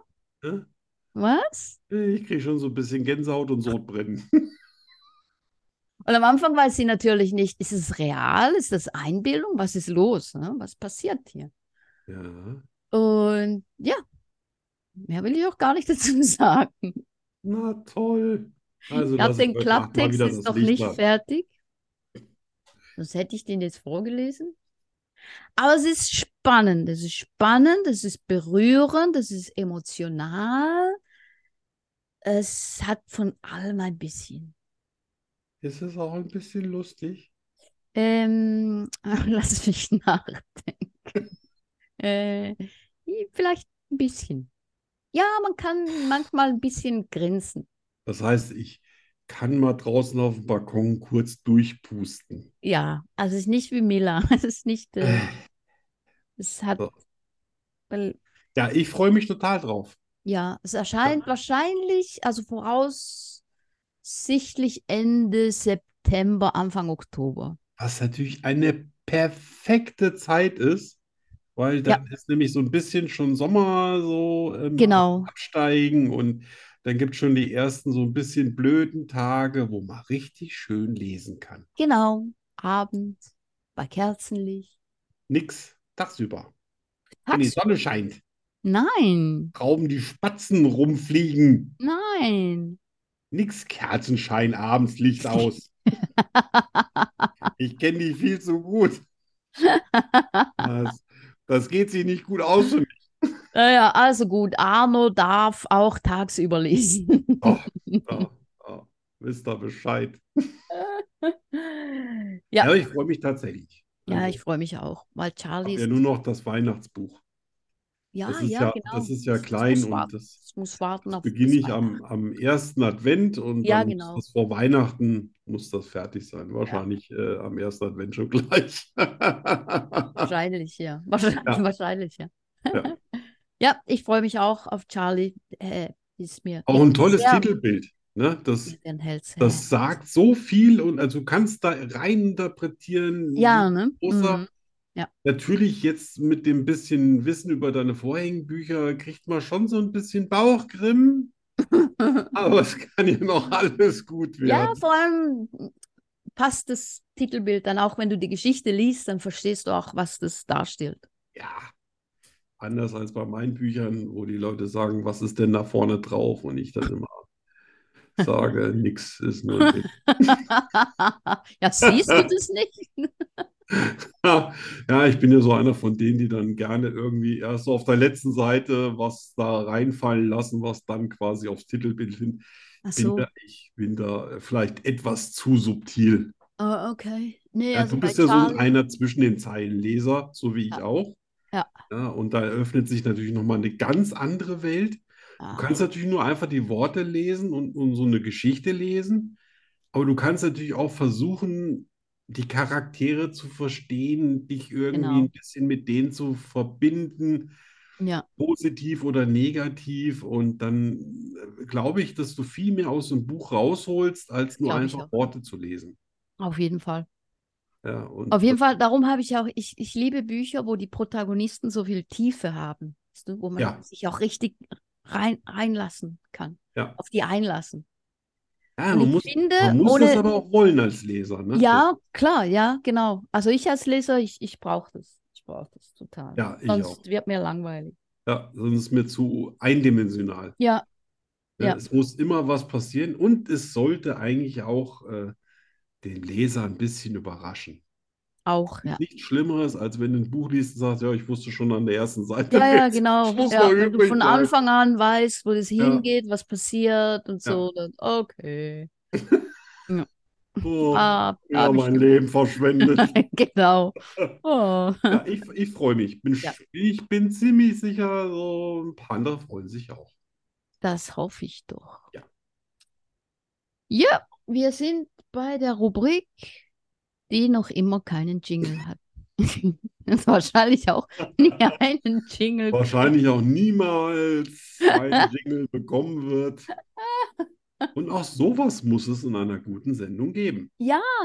Ja? Was? Ich kriege schon so ein bisschen Gänsehaut und Sodbrennen. Und am Anfang weiß sie natürlich nicht, ist es real? Ist das Einbildung? Was ist los? Ne? Was passiert hier? Ja. Und ja, mehr will ich auch gar nicht dazu sagen. Na toll. Also, Ich glaube, lass den heute Nacht mal Klapptext wieder ist das noch Licht nicht an. fertig. Sonst hätte ich den jetzt vorgelesen. Aber es ist spannend. Es ist spannend, es ist berührend, es ist emotional. Es hat von allem ein bisschen. Ist es auch ein bisschen lustig? Ähm, lass mich nachdenken. äh, vielleicht ein bisschen. Ja, man kann manchmal ein bisschen grinsen. Das heißt, ich kann mal draußen auf dem Balkon kurz durchpusten. Ja, also es ist nicht wie Mila. Es ist nicht. Äh, Es hat, So. weil, Ja, ich freue mich total drauf. ja, es erscheint wahrscheinlich, also voraussichtlich Ende September, Anfang Oktober. Was natürlich eine perfekte Zeit ist, weil dann ist nämlich so ein bisschen schon Sommer so ähm, Genau. absteigen und dann gibt es schon die ersten so ein bisschen blöden Tage, wo man richtig schön lesen kann. Genau, Abend, bei Kerzenlicht. Nix tagsüber. Wenn die Tags Sonne scheint, nein, rauben die Spatzen rumfliegen. nein. Nix Kerzenschein abends, Licht aus. Ich kenne die viel zu gut. Das, das geht sie nicht gut aus für mich. Naja, also gut, Arno darf auch tagsüber lesen. Oh, oh, oh, wisst ihr Bescheid. Ja, Ja, ich freue mich tatsächlich. ja, Also, ich freue mich auch, weil hab Charlie ja ist, nur noch das Weihnachtsbuch. ja, Das ist ja, ja, genau. das ist ja Es- es klein muss und warten. das, Es muss warten das auf beginne bis ich am, am ersten Advent und Ja, dann genau. muss das vor Weihnachten muss das fertig sein. Wahrscheinlich äh, am ersten Advent schon gleich. Wahrscheinlich, ja. Wahrscheinlich, Ja. wahrscheinlich, ja. Ja. Ja, ich freue mich auch auf Charlie. Äh, ist mir Auch ein tolles sehr- Titelbild. Ne? Das, mir den Hals. Das sagt so viel und also du kannst da rein interpretieren. ja, ne? großer- Mhm. Natürlich jetzt mit dem bisschen Wissen über deine Vorhängenbücher kriegt man schon so ein bisschen Bauchgrimm, aber es kann ja noch alles gut Ja, werden. vor allem passt das Titelbild dann auch, wenn du die Geschichte liest, dann verstehst du auch, was das darstellt. Ja. Anders als bei meinen Büchern, wo die Leute sagen, was ist denn da vorne drauf? Und ich dann immer sage, nix ist nur ein Bild. ja, siehst du das nicht? Ja, ich bin ja so einer von denen, die dann gerne irgendwie erst so auf der letzten Seite was da reinfallen lassen, was dann quasi aufs Titelbild hin. Ach Bin so, da, ich bin da äh, vielleicht etwas zu subtil. Ah, okay. Nee, Ja, also du bei bist ja so Charlie. einer zwischen den Zeilen Leser, so wie ich Ja. auch. Ja. Ja, und da eröffnet sich natürlich nochmal eine ganz andere Welt. Du Ah, kannst natürlich nur einfach die Worte lesen und, und so eine Geschichte lesen, aber du kannst natürlich auch versuchen, die Charaktere zu verstehen, dich irgendwie Genau. ein bisschen mit denen zu verbinden, ja, positiv oder negativ. Und dann äh, glaube ich, dass du viel mehr aus dem Buch rausholst, als nur Glaub ich einfach auch. Worte zu lesen. auf jeden Fall. Ja, und Auf jeden das- Fall, darum habe ich auch, ich, ich liebe Bücher, wo die Protagonisten so viel Tiefe haben, weißt du, wo man Ja. sich auch richtig rein, reinlassen kann, Ja. auf die einlassen. Ja, Und man ich muss, finde, man muss ohne- das aber auch wollen als Leser, ne? Ja, klar, ja, genau. Also ich als Leser, ich, ich brauche das. Ich brauche das total. Ja, ich Sonst auch. wird mir langweilig. Ja, sonst ist mir zu eindimensional. Ja, Ne? Ja. Es muss immer was passieren und es sollte eigentlich auch äh, den Leser ein bisschen überraschen. auch, ja. Nichts Schlimmeres, als wenn du ein Buch liest und sagst, ja, ich wusste schon an der ersten Seite, Ja, ja, wenn's genau. am Schluss Ja, noch wenn du übrig von bleibt. Anfang an weißt, wo das Ja. hingeht, was passiert und so, dann okay. Oh, Ah, ja, hab ich mein Leben verschwendet. Genau. Oh. Ja, ich, ich freue mich. Bin, Ja. ich bin ziemlich sicher, so ein paar andere freuen sich auch. Das hoffe ich doch. Ja. Ja, wir sind bei der Rubrik, die noch immer keinen Jingle hat. Und wahrscheinlich auch nie einen Jingle. wahrscheinlich auch niemals ein Jingle bekommen wird. Und auch sowas muss es in einer guten Sendung geben.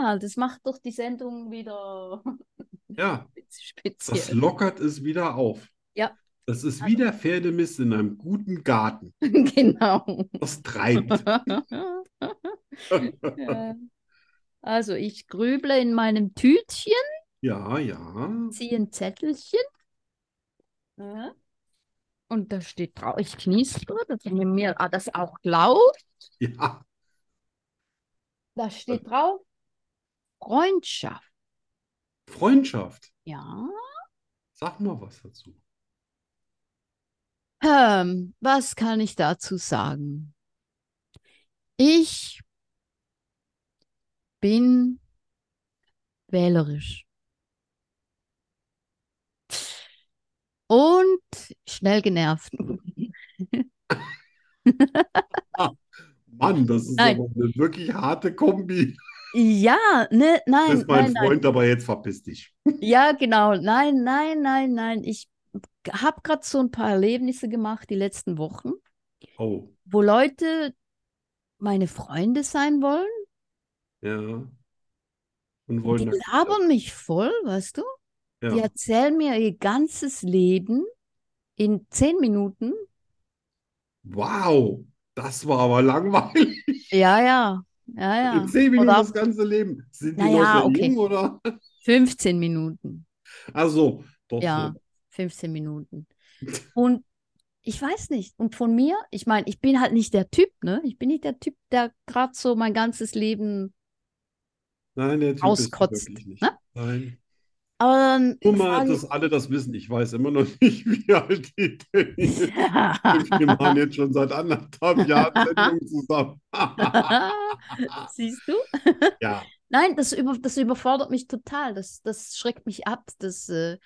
Ah, das macht doch die Sendung wieder Ja, das speziell. lockert es wieder auf. Ja. Also Das ist wie der Pferdemist in einem guten Garten. Genau. Das treibt. Ja. Äh, Also ich grüble in meinem Tütchen, Ja, ja. ziehe ein Zettelchen. Ja. Und da steht drauf, ich kniestere, dass ich mir ah, das auch glaubt. Ja. Da steht drauf, Freundschaft. Freundschaft. Ja. Sag mal was dazu. Ähm, was kann ich dazu sagen? Ich bin wählerisch und schnell genervt. Mann, das ist Nein. aber eine wirklich harte Kombi. Ja, ne, Das nein, ist mein nein, nein. Freund, aber jetzt verpiss dich. Ja, genau. Nein, nein, nein, nein. Ich habe gerade so ein paar Erlebnisse gemacht die letzten Wochen. Oh, wo Leute meine Freunde sein wollen, ja. Und die wollen dann- labern mich voll, weißt du? Die ja. erzählen mir ihr ganzes Leben in zehn Minuten. Wow, das war aber langweilig. Ja, ja, ja, In ja. zehn Minuten Oder- das ganze Leben. Sind die Naja, Leute okay. jung oder? 15 Minuten. Also, doch Ja, so. 15 Minuten. Und ich weiß nicht. Und von mir, ich meine, ich bin halt nicht der Typ, ne? Ich bin nicht der Typ, der gerade so mein ganzes Leben. Nein, der Typ bist du Auskotzt, wirklich nicht. ne? Nein. Aber dann Nur mal, frage dass alle das wissen. Ich weiß immer noch nicht, wie alt die denn ich- ist. Wir machen jetzt schon seit anderthalb Jahren Sendung zusammen. Siehst du? Ja, Nein, das, über, das überfordert mich total. Das, das schreckt mich ab. Das, äh,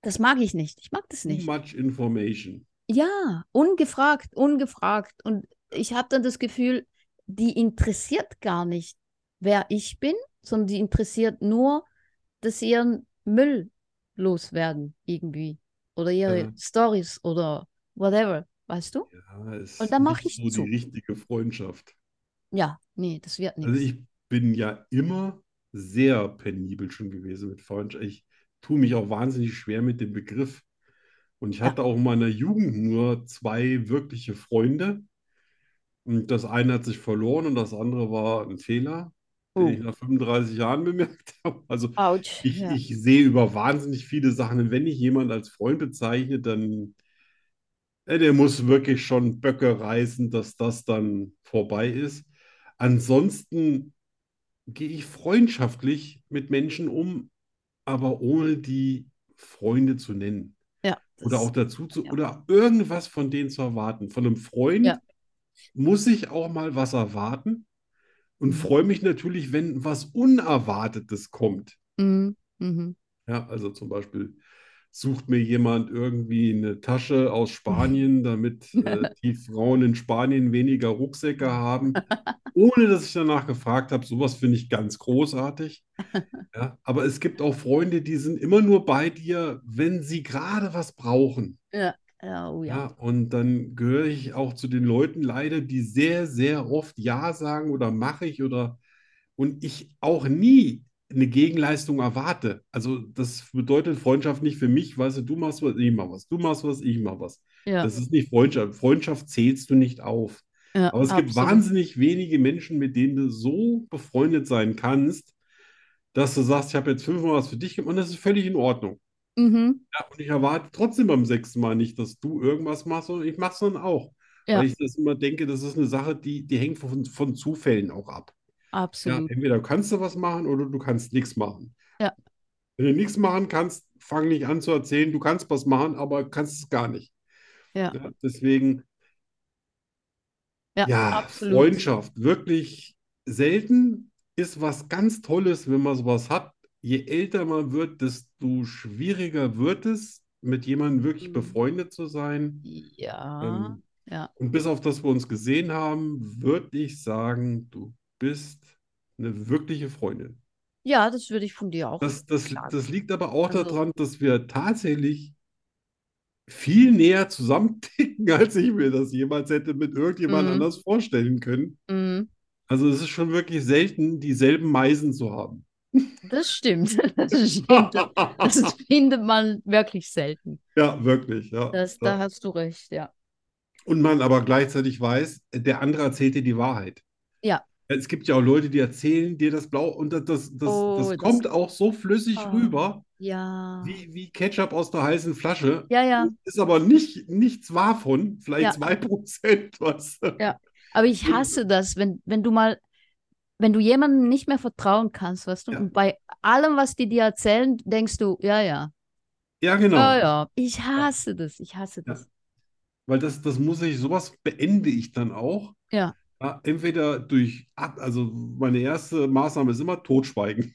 das mag ich nicht. Ich mag das too nicht. much information. Ja, ungefragt, ungefragt. Und ich habe dann das Gefühl, die interessiert gar nicht, wer ich bin, sondern die interessiert nur, dass sie ihren Müll loswerden irgendwie. Oder ihre Ja. Stories oder whatever. Weißt du? Ja, ist Und dann mach nicht ich so zu. die richtige Freundschaft. Ja, nee, das wird Also nichts. ich bin ja immer sehr penibel schon gewesen mit Freundschaft. Ich tue mich auch wahnsinnig schwer mit dem Begriff. Und ich hatte auch in meiner Jugend nur zwei wirkliche Freunde. Und das eine hat sich verloren und das andere war ein Fehler, Oh. den ich nach 35 Jahren bemerkt habe. Also Autsch. ich, Ah, ja. ich sehe über wahnsinnig viele Sachen. Und wenn ich jemanden als Freund bezeichne, dann äh, der muss wirklich schon Böcke reißen, dass das dann vorbei ist. Ansonsten gehe ich freundschaftlich mit Menschen um, aber ohne die Freunde zu nennen. Ja, Oder das- auch dazu zu, ja. oder irgendwas von denen zu erwarten. Von einem Freund Ja. muss ich auch mal was erwarten und Mhm. freue mich natürlich, wenn was Unerwartetes kommt. Mhm. Mhm. Ja, also zum Beispiel sucht mir jemand irgendwie eine Tasche aus Spanien, damit äh, die Frauen in Spanien weniger Rucksäcke haben, ohne dass ich danach gefragt habe. Sowas finde ich ganz großartig. Ja, aber es gibt auch Freunde, die sind immer nur bei dir, wenn sie gerade was brauchen. Ja, oh ja. Ja, und dann gehöre ich auch zu den Leuten leider, die sehr, sehr oft Ja sagen oder mache ich oder und ich auch nie eine Gegenleistung erwarte. Also das bedeutet Freundschaft nicht für mich, weißt du, du machst was, ich mach was, du machst was, ich mach was. Ja. Das ist nicht Freundschaft. Freundschaft zählst du nicht auf. Ja, Aber es gibt absolut. wahnsinnig wenige Menschen, mit denen du so befreundet sein kannst, dass du sagst, ich habe jetzt fünfmal was für dich gemacht und das ist völlig in Ordnung. Mhm. Ja, und ich erwarte trotzdem beim sechsten Mal nicht, dass du irgendwas machst, sondern ich mach's dann auch. Ja. Weil ich das immer denke, das ist eine Sache, die, die hängt von, von Zufällen auch ab. Ja, Absolut. entweder kannst du was machen oder du kannst nichts machen. Ja. Wenn du nichts machen kannst, fang nicht an zu erzählen, du kannst was machen, aber kannst es gar nicht. Ja. Ja, deswegen, Ja, ja, absolut. Freundschaft wirklich selten ist was ganz Tolles, wenn man sowas hat. Je älter man wird, desto schwieriger wird es, mit jemandem wirklich Mhm. befreundet zu sein. Ja. Ähm, ja. Und bis auf das wir uns gesehen haben, würde ich sagen, du bist eine wirkliche Freundin. Ja, das würde ich von dir auch Das, das, sagen. das liegt aber auch Also- daran, dass wir tatsächlich viel näher zusammenticken, als ich mir das jemals hätte mit irgendjemand Mhm. anders vorstellen können. Mhm. Also es ist schon wirklich selten, dieselben Meisen zu haben. Das stimmt. Das stimmt. Das findet man wirklich selten. Ja, wirklich, ja. Das, da ja. hast du recht, ja. Und man aber gleichzeitig weiß, der andere erzählt dir die Wahrheit. Ja. Es gibt ja auch Leute, die erzählen dir das Blau und das, das, das, Oh, das das- Ah. kommt auch so flüssig Oh. rüber, Ja. wie, Hm? wie Ketchup aus der heißen Flasche. Ja, ja. Ist aber nicht, nichts wahr von, Ja. vielleicht 2%. Weißt du? Aber ich hasse das, wenn, wenn du mal, wenn du jemandem nicht mehr vertrauen kannst, weißt du, Ja. und bei allem, was die dir erzählen, denkst du, ja, ja, Ja, genau. Ah, ja, ja. Ich hasse das, ich hasse Ja. das. Weil das, das muss ich, sowas beende ich dann auch. Ja. Ja, entweder durch, ab- also meine erste Maßnahme ist immer totschweigen.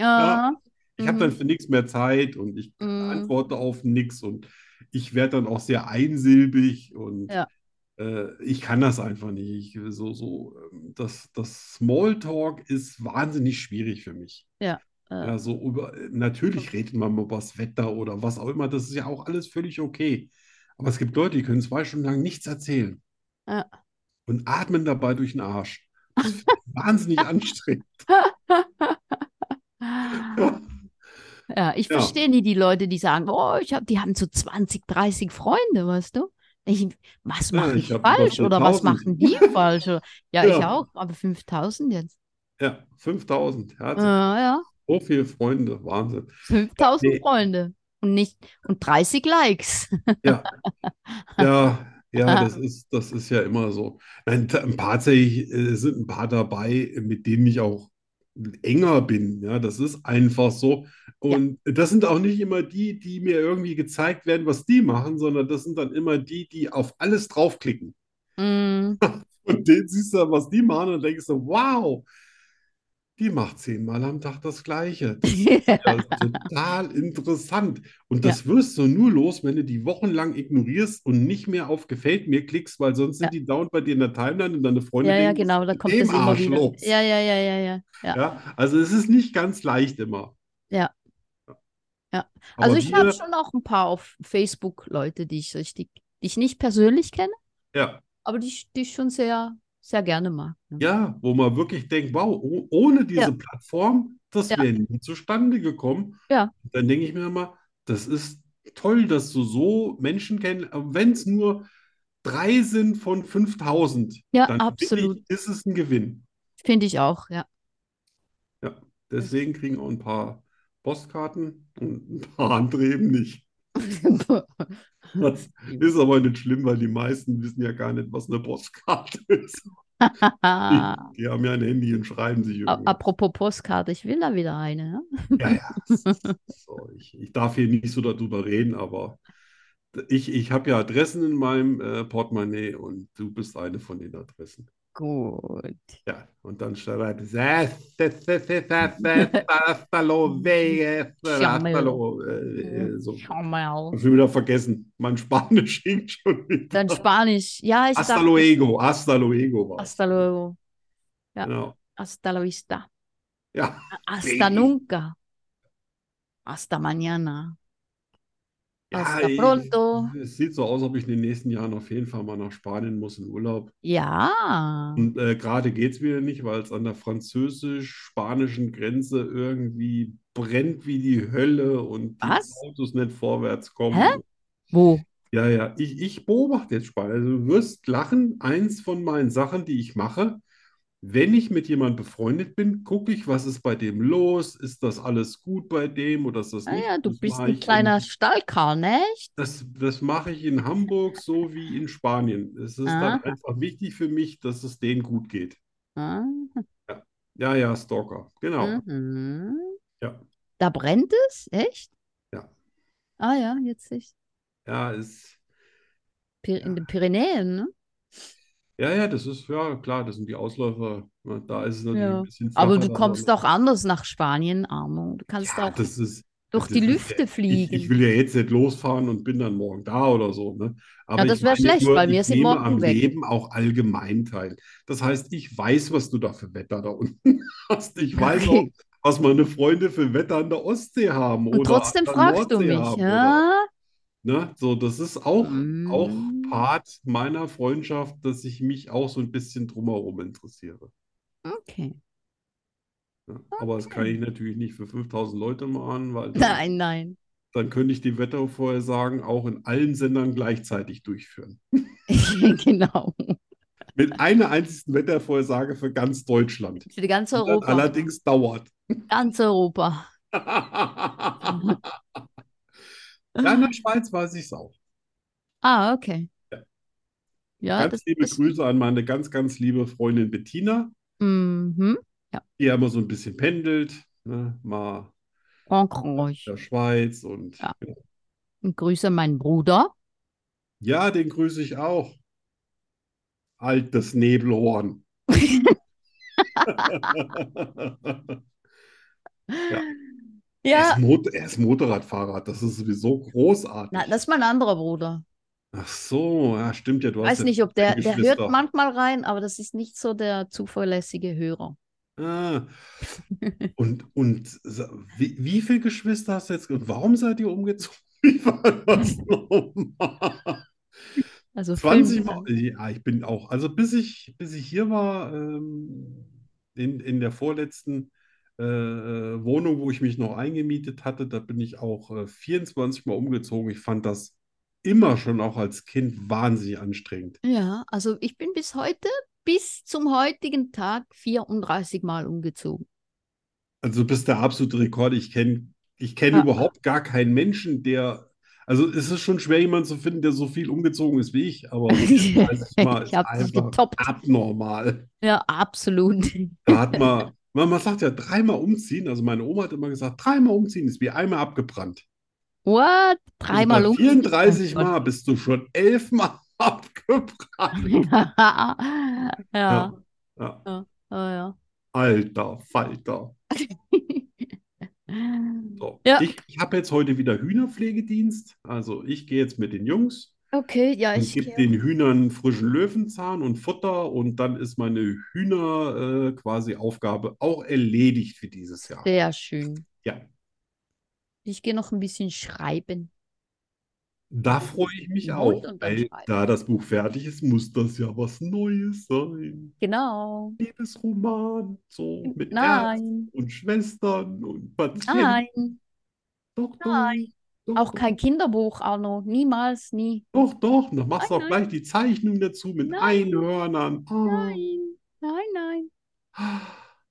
Ja, Ich habe Mhm. dann für nichts mehr Zeit und ich Mhm. antworte auf nichts und ich werde dann auch sehr einsilbig und Ja. äh, ich kann das einfach nicht. Ich, so, so, ähm, das, das Smalltalk ist wahnsinnig schwierig für mich. äh, Ja, so über, natürlich redet man mal über das Wetter oder was auch immer, das ist ja auch alles völlig okay. Aber es gibt Leute, die können zwei Stunden lang nichts erzählen Ja. und atmen dabei durch den Arsch. Das finde ich wahnsinnig anstrengend. Ja. Ja, ich Ja. verstehe nie die Leute, die sagen, oh, ich hab, die haben so 20, 30 Freunde, weißt du? Ich, was Ja, mache ich ich hab über falsch oder was 4000. machen die falsch? Oder- Ja, ich Ja. auch, aber 5000 jetzt. Ja, 5000, Ja, herzlich. ja, So viele Freunde, Wahnsinn. 5000 Nee. Freunde und nicht und 30 Likes. Ja, ja, das ist, das ist ja immer so. Nein, t- ein paar tatsächlich äh, sind ein paar dabei, mit denen ich auch enger bin. Ja, das ist einfach so. Und das sind auch nicht immer die, die mir irgendwie gezeigt werden, was die machen, sondern das sind dann immer die, die auf alles draufklicken. Mm, Und denen siehst du, dann, was die machen, und denkst du, wow, die macht zehnmal am Tag das Gleiche. Das ja, total interessant. Und das wirst du nur los, wenn du die wochenlang ignorierst und nicht mehr auf Gefällt mir klickst, weil sonst sind die dauernd bei dir in der Timeline und deine Freunde ja, ja, denken, was genau, ist da mit kommt dem das immer Arsch wieder. los? Ja, ja, ja, ja, ja. ja. Ja, also es ist nicht ganz leicht immer. Ja. Ja. Aber Also ich habe wir- schon auch ein paar auf Facebook Leute, die ich richtig, die ich nicht persönlich kenne, ja, aber die, ich- die ich schon sehr, sehr gerne mag. ne? ja, wo man wirklich denkt, wow, oh- ohne diese Ja. Plattform, das Ja. wäre nie zustande gekommen. Ja. Dann denke ich mir immer, das ist toll, dass du so Menschen kennst, wenn es nur drei sind von 5000, Ja, dann finde ich, absolut. ist es ein Gewinn. Finde ich auch, ja. Deswegen kriegen auch ein paar Postkarten und ein paar andere eben nicht. Das ist aber nicht schlimm, weil die meisten wissen ja gar nicht, was eine Postkarte ist. Ah, Die haben ja ein Handy und schreiben sich a- irgendwas. apropos Postkarte, ich will da wieder eine. Ne? Ja, ja. So, ich, ich darf hier nicht so darüber reden, aber ich, ich habe ja Adressen in meinem äh, Portemonnaie und du bist eine von den Adressen. Gut. Ja, und dann schreibt es. äh, So. Schau mal. Hab schon wieder vergessen. Mein Spanisch hinkt schon wieder. Dann Spanisch. Ja, ich Hasta dachte, luego, hasta luego war's. hasta luego. ja. Genau. Hasta la vista. Ja, Hasta Sí. nunca. Hasta mañana. Hasta ich, pronto. es sieht so aus, ob ich in den nächsten Jahren auf jeden Fall mal nach Spanien muss in Urlaub. Ja. Und äh, gerade geht's wieder nicht, weil es an der französisch-spanischen Grenze irgendwie brennt wie die Hölle und die Was? Autos nicht vorwärts kommen. Hä? Wo? Ja, ja, ich, ich beobachte jetzt Spanien. Also, du wirst lachen. Eins von meinen Sachen, die ich mache, wenn ich mit jemandem befreundet bin, gucke ich, was ist bei dem los? Ist das alles gut bei dem oder ist das Ah nicht? ja, du Das bist mache ein ich in, kleiner Stallkarl, nicht? das, das mache ich in Hamburg so wie in Spanien. Es ist Aha. dann einfach wichtig für mich, dass es denen gut geht. Ah, Ja, ja, Stalker, genau. mhm. Ja, Da brennt es? Echt? Ja. Ah ja, jetzt nicht. ja, ist. Pir- In den Pyrenäen, ne? Ja, ja, das ist, ja, klar, das sind die Ausläufer. Na, Da ist es natürlich Ja. ein bisschen Aber flacher, du da kommst so. doch anders nach Spanien, Arno. Du kannst Ja, auch das ist. durch das die ist Lüfte ja- Ich, fliegen. ich will ja jetzt nicht losfahren und bin dann morgen da oder so. Ne? Aber Ja, ich das wär meine schlecht, nur, weil wir ich sind nehme morgen am weg. Leben auch allgemein teil. Das heißt, ich weiß, was du da für Wetter da unten hast. Ich weiß auch, Okay. was meine Freunde für Wetter an der Ostsee haben Und oder trotzdem an der fragst du Nordsee mich, haben. Oder, ja? ne? So, das ist auch, auch Mm. Part meiner Freundschaft, dass ich mich auch so ein bisschen drumherum interessiere. Okay. Ne? Aber das kann ich natürlich nicht für 5000 Leute machen, weil dann- Nein, nein. dann könnte ich die Wettervorhersagen auch in allen Sendern gleichzeitig durchführen. genau. Mit einer einzigen Wettervorhersage für ganz Deutschland. Für ganz Die dann Europa. allerdings dauert. Ganz Europa. ja, in der Schweiz weiß ich es auch. Ah, okay. Ja. Ja, ganz das, liebe das Grüße an meine ganz, ganz liebe Freundin Bettina, mhm. die ja immer so ein bisschen pendelt. Ne? Mal Frankreich. in der Schweiz und Ja. Und grüße meinen Bruder. ja, den grüße ich auch. Altes Nebelhorn. Er Ja, ist, Mot er ist Motorradfahrer, das ist sowieso großartig. na, das ist mein anderer Bruder. Ach so, ja, stimmt ja, du hast Weiß ja nicht, ob der, der hört Geschwister. manchmal rein, aber das ist nicht so der zuverlässige Hörer. Ah. Und, und sa- wie, wie viele Geschwister hast du jetzt und warum seid ihr umgezogen? Wie war das nochmal? Also 20 Film- Mal. Ja, ich bin auch. Also bis ich, bis ich hier war, ähm, in, in der vorletzten äh, äh, Wohnung, wo ich mich noch eingemietet hatte, da bin ich auch äh, 24 Mal umgezogen. Ich fand das immer schon auch als Kind wahnsinnig anstrengend. Ja, also ich bin bis heute, bis zum heutigen Tag 34 Mal umgezogen. Also du bist der absolute Rekord. Ich kenne ich kenne Ja. überhaupt gar keinen Menschen, der. Also es ist schon schwer, jemanden zu finden, der so viel umgezogen ist wie ich, aber 30 Mal Ich ist habe dich einfach getoppt. abnormal. Ja, absolut. Da hat man, man, man sagt ja dreimal umziehen. Also meine Oma hat immer gesagt, dreimal umziehen ist wie einmal abgebrannt. What? Und Dreimal Also bei um. 34 Oh Gott. Mal bist du schon elfmal abgebrannt. ja, ja, Ja, ja. oh ja. Alter, Falter. So. Ja. Ich, ich habe jetzt heute wieder Hühnerpflegedienst. Also ich gehe jetzt mit den Jungs Okay, ja, und ich gebe gehe. den Hühnern frischen Löwenzahn und Futter und dann ist meine Hühner äh, quasi Aufgabe auch erledigt für dieses Jahr. Sehr schön. Ja, Ich gehe noch ein bisschen schreiben. da freue ich mich Mund auch, und dann weil schreiben. da das Buch fertig ist, muss das ja was Neues sein. Genau. Liebesroman, so mit Ärzten Nein, und Schwestern und Patienten. nein. Doch, doch, Nein. doch, Auch doch. kein Kinderbuch, Arno. Niemals, nie. Doch, doch, dann machst du Nein, auch gleich die Zeichnung dazu mit Nein. Einhörnern. Ah. Nein, nein, nein.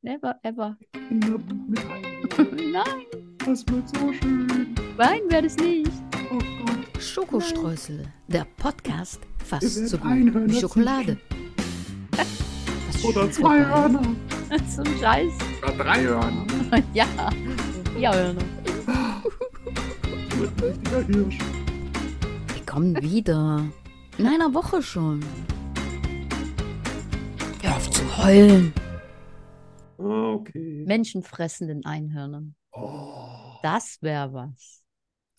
Never, ever. Kinder mit Einhörnern. Nein, Das wird so schön. nein, werde es nicht. Oh Gott, Schokostreusel, der Podcast Ihr fast werdet so gut Einhörner wie Schokolade. Was oder Schokolade? zwei Hörner. So ein Scheiß. Oder drei Hörner. Ja, ja, Arno. Das wird ein richtiger Hirsch. Wir kommen wieder. In einer Woche schon. Hör auf zu heulen. Ah, okay. menschenfressenden Einhörnern. Oh. Das wäre was.